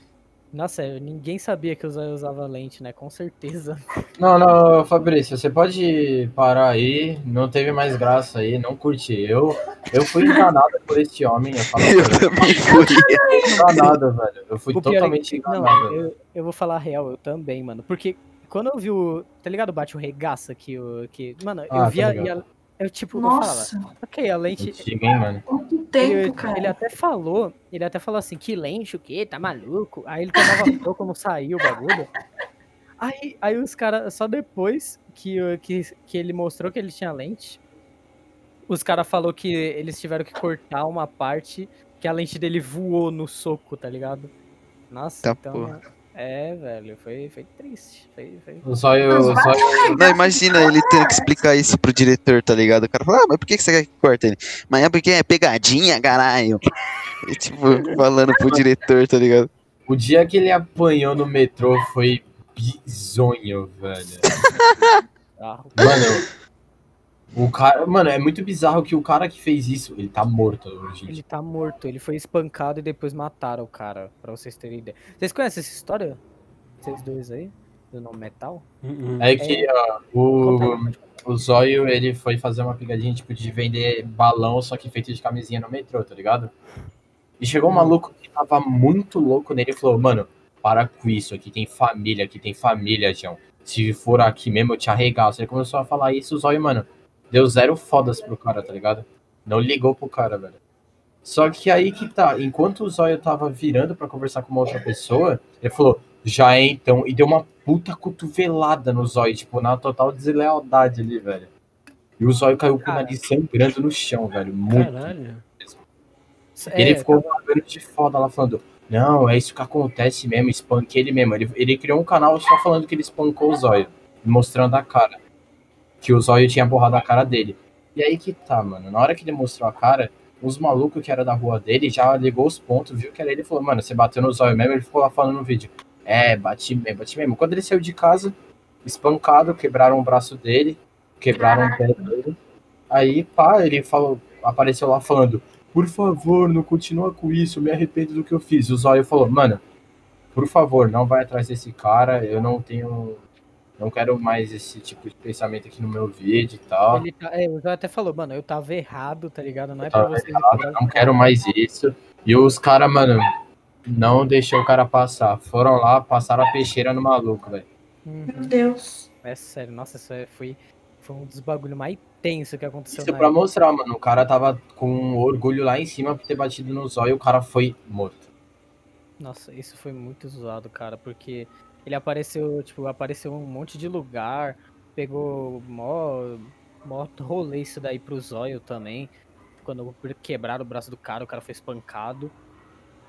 Speaker 5: nossa, eu- ninguém sabia que o Zóio usava lente, né? Com certeza.
Speaker 2: Não, não, Fabrício, você pode parar aí. Não teve mais graça aí, não curti. Eu, eu fui enganado por este homem. Eu, falo,
Speaker 3: Eu também fui.
Speaker 2: eu fui enganado, velho. Eu fui
Speaker 5: O pior é
Speaker 2: totalmente
Speaker 5: que- não,
Speaker 2: enganado.
Speaker 5: eu, eu vou falar a real, eu também, mano. Porque quando eu vi o. Tá ligado? Bate o regaça que o. Que, mano,
Speaker 2: Ah,
Speaker 5: eu vi
Speaker 2: tá
Speaker 5: a, e
Speaker 2: ligado.
Speaker 5: a- Eu tipo,
Speaker 6: Nossa,
Speaker 5: eu falava, ok, a lente.
Speaker 2: Antigo, hein, mano.
Speaker 6: quanto
Speaker 5: ele,
Speaker 6: tempo, cara.
Speaker 5: ele é- até falou, ele até falou assim, que lente, o quê? Tá maluco? Aí ele tomava soco, não saiu o bagulho. Aí, aí os caras, só depois que, o- que, que ele mostrou que ele tinha lente, os caras falaram que eles tiveram que cortar uma parte que a lente dele voou no soco, tá ligado? Nossa,
Speaker 3: Tá
Speaker 5: então...
Speaker 3: porra.
Speaker 5: É, velho, foi, foi triste. Foi, foi...
Speaker 2: Só eu,
Speaker 6: Mas
Speaker 2: só eu
Speaker 3: Não, imagina ele tendo que explicar isso pro diretor, tá ligado? O cara fala, ah, mas por que que você quer que corte ele? Mas é porque é pegadinha, caralho. E, tipo, falando pro diretor, tá ligado?
Speaker 2: O dia que ele apanhou no metrô foi bizonho, velho.
Speaker 5: bizarro.
Speaker 2: Mano, o cara. Mano, é muito bizarro que o cara que fez isso, ele tá morto hoje. em
Speaker 5: Ele
Speaker 2: dia.
Speaker 5: tá morto, ele foi espancado e depois mataram o cara, pra vocês terem ideia. Vocês conhecem essa história? Vocês dois aí? Do nome metal?
Speaker 1: Uhum.
Speaker 2: É que ó,
Speaker 5: Conta
Speaker 2: o,
Speaker 5: aí.
Speaker 2: o Zóio, ele foi fazer uma pegadinha, tipo, de vender balão, só que feito de camisinha no metrô, tá ligado? E chegou um maluco que tava muito louco nele e falou, mano, para com isso, aqui tem família, aqui tem família, Tião. Se for aqui mesmo, eu te arregaço. Ele começou a falar isso, o Zóio, mano, deu zero fodas pro cara, tá ligado? Não ligou pro cara, velho. Só que aí que tá, enquanto o Zóio tava virando pra conversar com uma outra pessoa, ele falou, já é então, e deu uma puta cotovelada no Zóio, tipo, na total deslealdade ali, velho. E o Zóio caiu com o nariz sangrando no chão, velho, muito.
Speaker 1: Caralho.
Speaker 2: E ele
Speaker 5: É,
Speaker 2: ficou falando de foda lá, falando, não, é isso que acontece mesmo, espanquei ele mesmo. Ele, ele criou um canal só falando que ele espancou o Zóio, mostrando a cara. Que o Zóio tinha borrado a cara dele. E aí que tá, mano, na hora que ele mostrou a cara, os malucos que era da rua dele já ligou os pontos, viu que era ele e falou, mano, você bateu no Zóio mesmo? Ele ficou lá falando no vídeo, é, bati mesmo, bati mesmo. Quando ele saiu de casa, espancado, quebraram o braço dele, quebraram o pé dele. Aí, pá, ele falou, apareceu lá falando, por favor, não continua com isso, eu me arrependo do que eu fiz. O Zóio falou, mano, por favor, não vai atrás desse cara, eu não tenho. Não quero mais esse tipo de pensamento aqui no meu vídeo e tal.
Speaker 5: Ele tá- é, o Zóio até falou, mano, eu tava errado, tá ligado? Não é
Speaker 2: Eu
Speaker 5: pra
Speaker 2: tava
Speaker 5: vocês.
Speaker 2: Eu tá? não quero mais isso. E os caras, mano, não deixou o cara passar. Foram lá, passaram a peixeira no maluco, velho.
Speaker 5: Uhum.
Speaker 2: né?
Speaker 6: Meu Deus.
Speaker 5: É sério, nossa, isso é- foi, foi um dos bagulho mais tenso que aconteceu
Speaker 2: Isso é
Speaker 5: na
Speaker 2: pra
Speaker 5: época.
Speaker 2: mostrar, mano. O cara tava com um orgulho lá em cima por ter batido no zóio e o cara foi morto.
Speaker 5: Nossa, isso foi muito zoado, cara, porque ele apareceu, tipo, apareceu em um monte de lugar, pegou mó, mó rolê isso daí pro Zóio também. Quando quebraram o braço do cara, o cara foi espancado.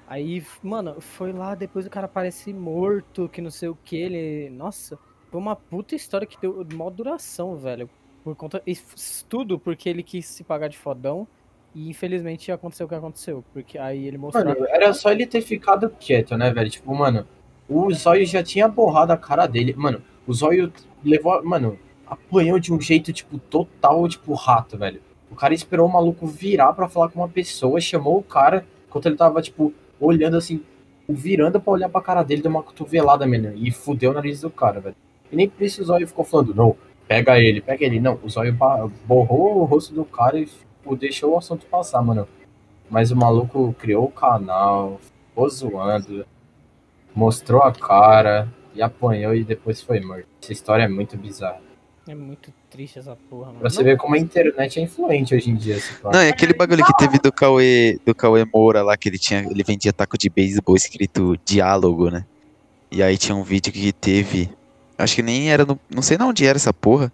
Speaker 5: Aí, mano, foi lá, depois o cara aparece morto, que não sei o que, ele. Nossa, foi uma puta história que deu mó duração, velho. Por conta. Isso tudo porque ele quis se pagar de fodão. E infelizmente aconteceu o que aconteceu. Porque aí ele mostrou.
Speaker 2: Mano, era só ele ter ficado quieto, né, velho? Tipo, mano, o Zóio já tinha borrado a cara dele. Mano, o Zóio levou. Mano, apanhou de um jeito, tipo, total, tipo, rato, velho. O cara esperou o maluco virar pra falar com uma pessoa, chamou o cara, enquanto ele tava, tipo, olhando assim, virando pra olhar pra cara dele, deu uma cotovelada, menino, e fudeu o nariz do cara, velho. E nem por isso o Zóio ficou falando, não, pega ele, pega ele. Não, o Zóio ba- borrou o rosto do cara e tipo, deixou o assunto passar, mano. Mas o maluco criou o canal, ficou zoando, mostrou a cara e apanhou e depois foi morto. Essa história é muito bizarra.
Speaker 5: É muito triste essa porra, mano.
Speaker 2: Pra você ver como a internet é influente hoje em dia, esse cara.
Speaker 3: Não, é aquele bagulho que teve do Cauê, do Cauê Moura lá, que ele tinha. Ele vendia taco de beisebol escrito diálogo, né? E aí tinha um vídeo que teve. Acho que nem era. No, não sei não onde era essa porra.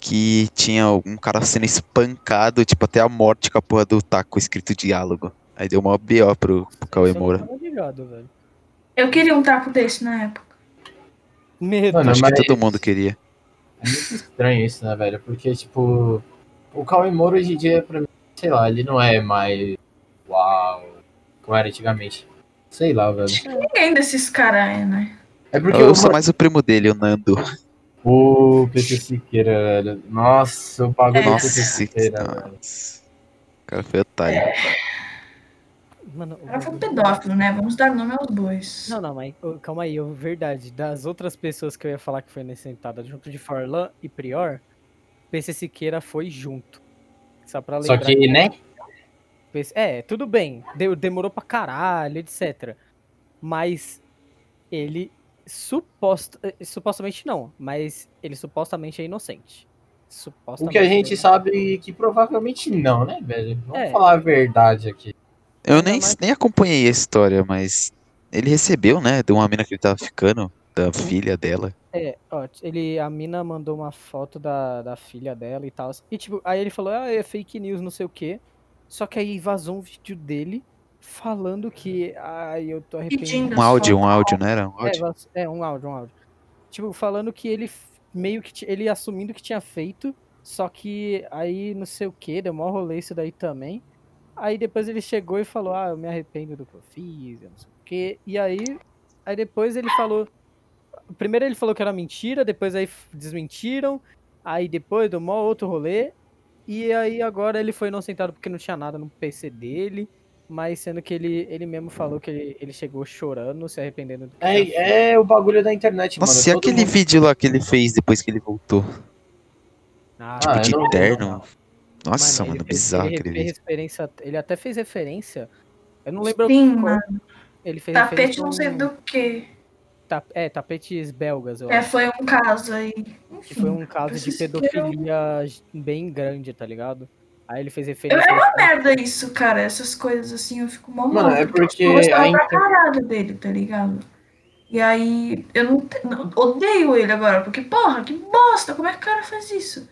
Speaker 3: Que tinha um cara sendo espancado, tipo, até a morte com a porra do taco escrito diálogo. Aí deu uma BO pro, pro Cauê
Speaker 5: Isso eu não
Speaker 3: Moura.
Speaker 5: tava ligado, é velho.
Speaker 6: Eu queria um taco desse na época.
Speaker 5: Medo.
Speaker 2: Mano,
Speaker 3: Acho
Speaker 2: mas-
Speaker 3: que todo mundo queria.
Speaker 2: É muito estranho isso, né, velho? Porque, tipo, o Cauê Moura hoje em dia, pra mim, sei lá, ele não é mais uau, como era antigamente. Sei lá, velho.
Speaker 6: Ninguém desses caras é, né?
Speaker 2: É porque
Speaker 3: Eu
Speaker 2: o-
Speaker 3: sou mais o primo dele, o Nando.
Speaker 2: o PC Siqueira, velho. Nossa, o bagulho do
Speaker 3: Nossa,
Speaker 2: PC
Speaker 3: esse-
Speaker 2: Siqueira, velho.
Speaker 3: nossa. O cara foi otário.
Speaker 5: Mano,
Speaker 6: Ela foi um
Speaker 5: o-
Speaker 6: pedófilo, né? Vamos dar nome aos bois.
Speaker 5: Não, não, mas ô, calma aí, eu, verdade. Das outras pessoas que eu ia falar que foi sentada junto de Farlan e Prior, PC Siqueira foi junto. Só pra
Speaker 2: Só
Speaker 5: lembrar.
Speaker 2: que, né?
Speaker 5: PC É, tudo bem. de- demorou pra caralho, etc. Mas ele suposto, eh, supostamente não, mas ele supostamente é inocente.
Speaker 2: O
Speaker 5: Supostamente.
Speaker 2: que a gente sabe que provavelmente não, né, velho? Vamos
Speaker 5: um? É.
Speaker 2: falar a verdade aqui.
Speaker 3: Eu
Speaker 5: Ainda
Speaker 3: nem,
Speaker 5: mais-
Speaker 3: nem acompanhei a história, mas ele recebeu, né? De uma mina que ele tava ficando, da filha dela.
Speaker 5: É, ó, t- ele, a mina mandou uma foto da, da filha dela e tal. E tipo, aí ele falou, ah, é fake news, não sei o quê. Só que aí vazou um vídeo dele falando que, ai, eu tô arrependido.
Speaker 6: Pedindo
Speaker 3: Um áudio, um áudio, não era? Um
Speaker 5: É,
Speaker 3: áudio.
Speaker 5: vaz- é, um áudio, um áudio. Tipo, falando que ele f- meio que, ti- ele assumindo que tinha feito, só que aí não sei o quê, deu mó rolê isso daí também. Aí depois ele chegou e falou, ah, eu me arrependo do que eu fiz, eu não sei o quê. E aí, aí depois ele falou, Primeiro ele falou que era mentira, depois aí f- desmentiram, aí depois deu mó outro rolê, e aí agora ele foi inocentado porque não tinha nada no PC dele, mas sendo que ele, ele mesmo falou que ele, ele chegou chorando, se arrependendo do que tinha feito.
Speaker 2: É, é o bagulho da internet,
Speaker 3: Nossa, e
Speaker 2: mano. todo
Speaker 3: aquele
Speaker 2: mundo-
Speaker 3: vídeo lá que ele fez depois que ele voltou?
Speaker 5: Ah,
Speaker 2: Ah,
Speaker 3: de
Speaker 2: eu não-
Speaker 3: terno? Nossa,
Speaker 5: ele
Speaker 3: mano,
Speaker 5: fez-
Speaker 3: bizarro
Speaker 5: ele
Speaker 3: aquele
Speaker 5: fez
Speaker 3: vídeo.
Speaker 5: referência, Ele até fez referência, eu não lembro
Speaker 6: Sim,
Speaker 5: qual-
Speaker 6: mano.
Speaker 5: ele fez
Speaker 6: Tapete
Speaker 5: referência a
Speaker 6: não sei
Speaker 5: um
Speaker 6: do que.
Speaker 5: ta- É, tapetes belgas, eu
Speaker 6: É,
Speaker 5: acho.
Speaker 6: foi um caso aí.
Speaker 5: Que foi um caso de
Speaker 6: Francisco.
Speaker 5: pedofilia bem grande, tá ligado? Aí ele fez
Speaker 6: Eu-
Speaker 5: referência.
Speaker 6: É uma merda isso, cara. Essas coisas assim, eu fico mal
Speaker 2: Mano, é porque
Speaker 6: Eu gostava
Speaker 2: a
Speaker 6: pra
Speaker 2: inter-
Speaker 6: caralho dele, tá ligado? E aí, eu não, te- não- odeio ele agora, porque, porra, que bosta, como é que o cara faz isso?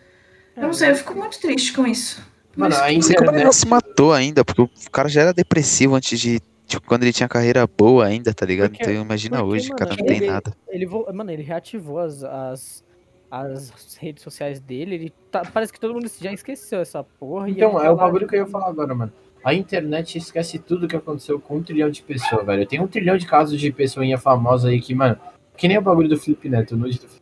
Speaker 6: Eu
Speaker 5: É.
Speaker 6: não sei, eu fico muito triste com isso.
Speaker 2: Mano,
Speaker 6: Mas-
Speaker 2: a
Speaker 3: Não sei como ele não
Speaker 2: internet.
Speaker 3: se matou ainda, porque o cara já era depressivo antes de. Tipo, quando ele tinha carreira boa ainda, tá ligado?
Speaker 5: Porque-
Speaker 3: então imagina
Speaker 5: porque,
Speaker 3: hoje, o cara
Speaker 5: mano,
Speaker 3: não tem
Speaker 5: ele-
Speaker 3: nada.
Speaker 5: Ele vo- Mano, ele reativou as, as, as redes sociais dele. Ele tá- Parece que todo mundo já esqueceu essa porra. e
Speaker 2: Então,
Speaker 5: ele
Speaker 2: é o
Speaker 5: tá lá-
Speaker 2: bagulho que eu ia falar agora, mano. A internet esquece tudo que aconteceu com um trilhão de pessoas, velho. Tem um trilhão de casos de pessoinha famosa aí que, mano, que nem o bagulho do Felipe Neto, o nude do Felipe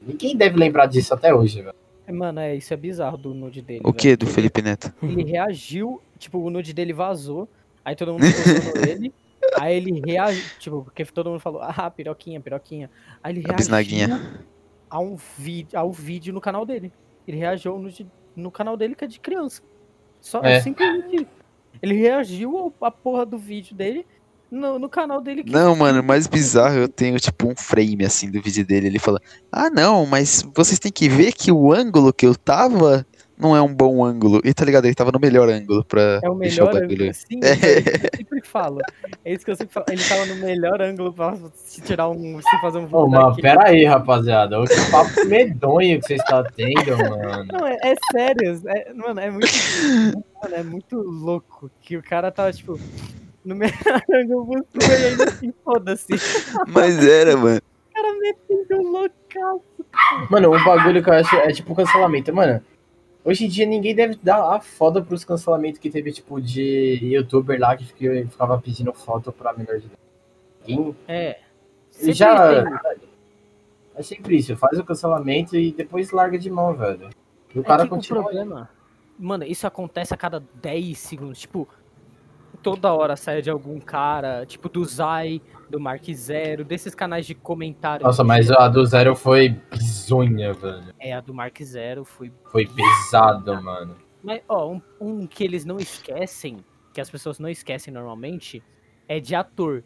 Speaker 2: Neto. Ninguém deve lembrar disso até hoje, velho.
Speaker 5: É, Mano, é isso é bizarro do nude dele.
Speaker 3: O
Speaker 5: velho.
Speaker 3: que do
Speaker 5: Ele-
Speaker 3: Felipe Neto?
Speaker 5: Ele reagiu, tipo, o nude dele vazou. Aí todo mundo procurou ele. Aí ele reagiu, tipo, porque todo mundo falou, ah, piroquinha, piroquinha. Aí ele
Speaker 3: A bisnaguinha.
Speaker 5: reagiu a um vídeo, ao vídeo no canal dele. Ele reagiu ao nude no canal dele que é de criança. Só
Speaker 2: É.
Speaker 5: simplesmente. Ele reagiu ao- à porra do vídeo dele no, no canal dele que
Speaker 3: Não, mano, o mais bizarro eu tenho, tipo, um frame assim do vídeo dele. Ele fala: Ah, não, mas vocês têm que ver que o ângulo que eu tava não é um bom ângulo. E tá ligado? Ele tava no melhor ângulo pra
Speaker 5: É o
Speaker 3: deixar
Speaker 5: melhor
Speaker 3: o bagulho.
Speaker 5: ângulo. Sim, é isso que eu sempre falo. É isso que eu sempre falo. Ele tava no melhor ângulo pra se tirar um. Se fazer um
Speaker 2: Ô,
Speaker 5: vídeo
Speaker 2: mano,
Speaker 5: daquele.
Speaker 2: pera aí, rapaziada. Olha Que papo medonho que vocês estão tendo, mano.
Speaker 5: Não, é, é sério. É, mano, é muito. mano, é muito louco que o cara tava, tipo, no melhor ângulo possível e ainda assim, foda-se. O
Speaker 3: Mas era, mano.
Speaker 5: cara metendo loucaço.
Speaker 2: Mano, o bagulho que eu acho é tipo cancelamento. Mano, hoje em dia ninguém deve dar a foda pros cancelamentos que teve, tipo, de youtuber lá que fica- ficava pedindo foto pra menor de idade. Ninguém
Speaker 5: É.
Speaker 2: E já. É sempre isso, faz o cancelamento e depois larga de mão, velho. E o cara
Speaker 5: É que
Speaker 2: continua.
Speaker 5: O problema, mano, isso acontece a cada 10 segundos. Tipo, toda hora sai de algum cara, tipo do Zai, do Mark Zero, desses canais de comentário.
Speaker 2: Nossa, mas a do zero foi bizonha, velho.
Speaker 5: É, a do Mark Zero foi.
Speaker 2: Foi pesado, mano.
Speaker 5: Mas, ó, um, um que eles não esquecem, que as pessoas não esquecem normalmente, é de ator.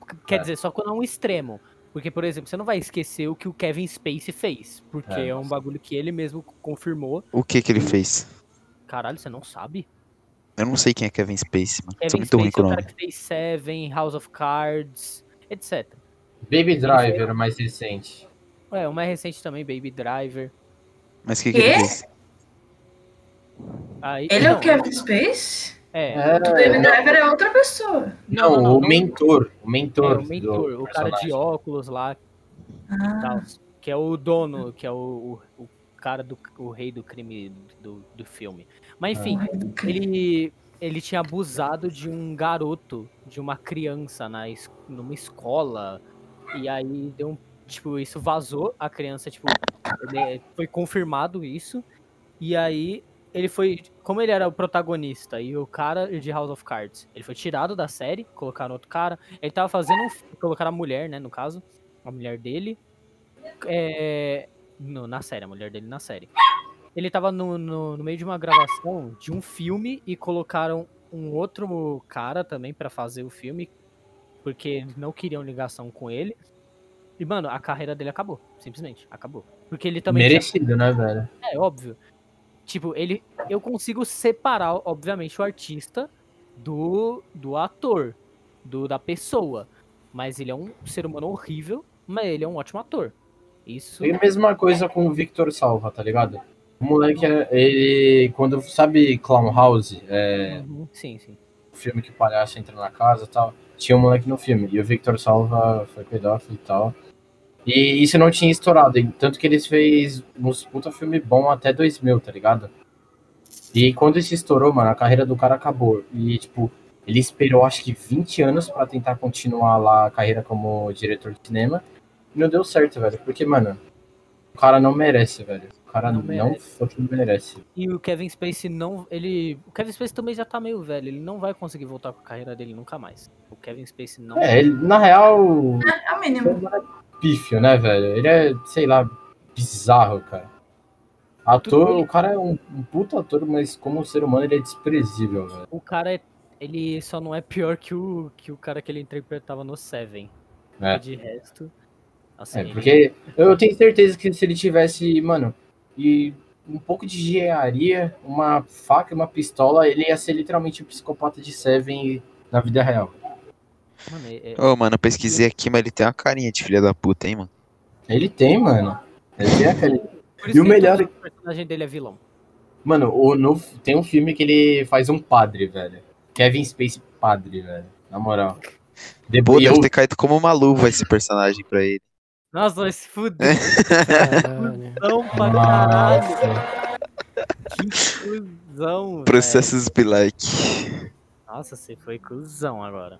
Speaker 5: Qu- Quer
Speaker 2: É.
Speaker 5: dizer, só quando é um extremo. Porque, por exemplo, você não vai esquecer o que o Kevin Spacey fez. Porque
Speaker 2: É,
Speaker 5: é um bagulho que ele mesmo confirmou.
Speaker 3: O que que ele fez?
Speaker 5: Caralho, você não sabe?
Speaker 3: Eu não sei quem é Kevin Space, mano. Sou
Speaker 5: Kevin
Speaker 3: muito ruim
Speaker 5: Spacey
Speaker 3: com
Speaker 5: é o
Speaker 3: o
Speaker 5: cara
Speaker 3: nome.
Speaker 5: que fez Seven, House of Cards, etc.
Speaker 2: Baby Driver, mais recente.
Speaker 5: É, o mais recente também, Baby Driver.
Speaker 3: Mas o que, que ele
Speaker 6: Quê?
Speaker 3: fez?
Speaker 5: Aí,
Speaker 6: Ele é o
Speaker 5: não,
Speaker 6: Kevin Space?
Speaker 5: É,
Speaker 2: É,
Speaker 6: O David Driver é outra pessoa.
Speaker 2: não,
Speaker 5: não, não,
Speaker 2: o
Speaker 5: não.
Speaker 2: mentor. O
Speaker 5: é
Speaker 2: mentor.
Speaker 5: o mentor,
Speaker 2: do
Speaker 5: o cara de
Speaker 2: personagem.
Speaker 5: óculos lá e tal. Que é o dono, que é o, o, o cara do o rei do crime do, do filme. Mas
Speaker 2: Ah.
Speaker 5: enfim, ele, ele tinha abusado de um garoto, de uma criança na, es- numa escola. E aí deu um. Tipo, isso vazou, a criança, tipo, ele- foi confirmado isso. E aí ele foi. Como ele era o protagonista e o cara de House of Cards, ele foi tirado da série, colocaram outro cara. Ele tava fazendo um. fi- Colocaram a mulher, né, no caso. A mulher dele. É. no- na série, a mulher dele na série ele tava no, no, no meio de uma gravação de um filme e colocaram um outro cara também pra fazer o filme, porque não queriam ligação com ele. E, mano, a carreira dele acabou, simplesmente, acabou. Porque ele também. tinha-
Speaker 2: Merecido, né, velho?
Speaker 5: é óbvio. Tipo, ele. Eu consigo separar, obviamente, o artista do, do ator, do da pessoa. Mas ele é um ser humano horrível, mas ele é um ótimo ator. Isso.
Speaker 2: E a mesma coisa com o Victor Salva, tá ligado? O moleque, é- ele. Quando. Sabe Clown House? É.
Speaker 5: Uhum, Sim, sim.
Speaker 2: o filme que o palhaço entra na casa e tal. Tinha um moleque no filme. E o Victor Salva foi pedófilo e tal. E isso não tinha estourado. e Tanto que eles fez uns puta filme bom até 2000, tá ligado? E quando isso estourou, mano, a carreira do cara acabou. E, tipo, ele esperou acho que 20 anos pra tentar continuar lá a carreira como diretor de cinema. E não deu certo, velho. Porque, mano, o cara não merece, velho. O cara
Speaker 5: Não
Speaker 2: não,
Speaker 5: merece.
Speaker 2: fucking merece.
Speaker 5: E o Kevin Spacey não. Ele. O Kevin Spacey também já tá meio velho. Ele não vai conseguir voltar com a carreira dele nunca mais. O Kevin Spacey não.
Speaker 2: É, ele, na real,
Speaker 6: É o mínimo.
Speaker 2: um pífio, né, velho? Ele é, sei lá, bizarro, cara. Ator,
Speaker 5: Tudo bem.
Speaker 2: o cara é um, um puto ator, mas como ser humano ele é desprezível, velho.
Speaker 5: O cara é. Ele só não é pior que o, que o cara que ele interpretava no Seven.
Speaker 2: É.
Speaker 5: De resto. Assim,
Speaker 2: É,
Speaker 5: ele-
Speaker 2: porque eu tenho certeza que se ele tivesse, mano, e um pouco de engenharia, uma faca e uma pistola, ele ia ser literalmente um psicopata de Seven na vida real.
Speaker 5: Mano, é- é-
Speaker 3: Ô, mano, eu pesquisei aqui, mas ele tem uma carinha de filha da puta, hein, mano.
Speaker 2: Ele tem, mano. Ele tem aquele...
Speaker 5: por isso
Speaker 2: e o
Speaker 5: que
Speaker 2: melhor-
Speaker 5: todo O personagem dele é vilão.
Speaker 2: Mano, o, no, tem um filme que ele faz um padre, velho. Kevin Space padre, velho. Na moral.
Speaker 3: Pô,
Speaker 2: Depois
Speaker 3: deve
Speaker 2: eu,
Speaker 3: ter caído como uma luva esse personagem pra ele.
Speaker 5: Nossa, vai se fuder
Speaker 3: É.
Speaker 1: Caralho.
Speaker 5: pra caralho.
Speaker 2: gitu.
Speaker 5: Que cuzão, velho.
Speaker 3: Processos be like.
Speaker 5: Nossa, você foi cuzão agora.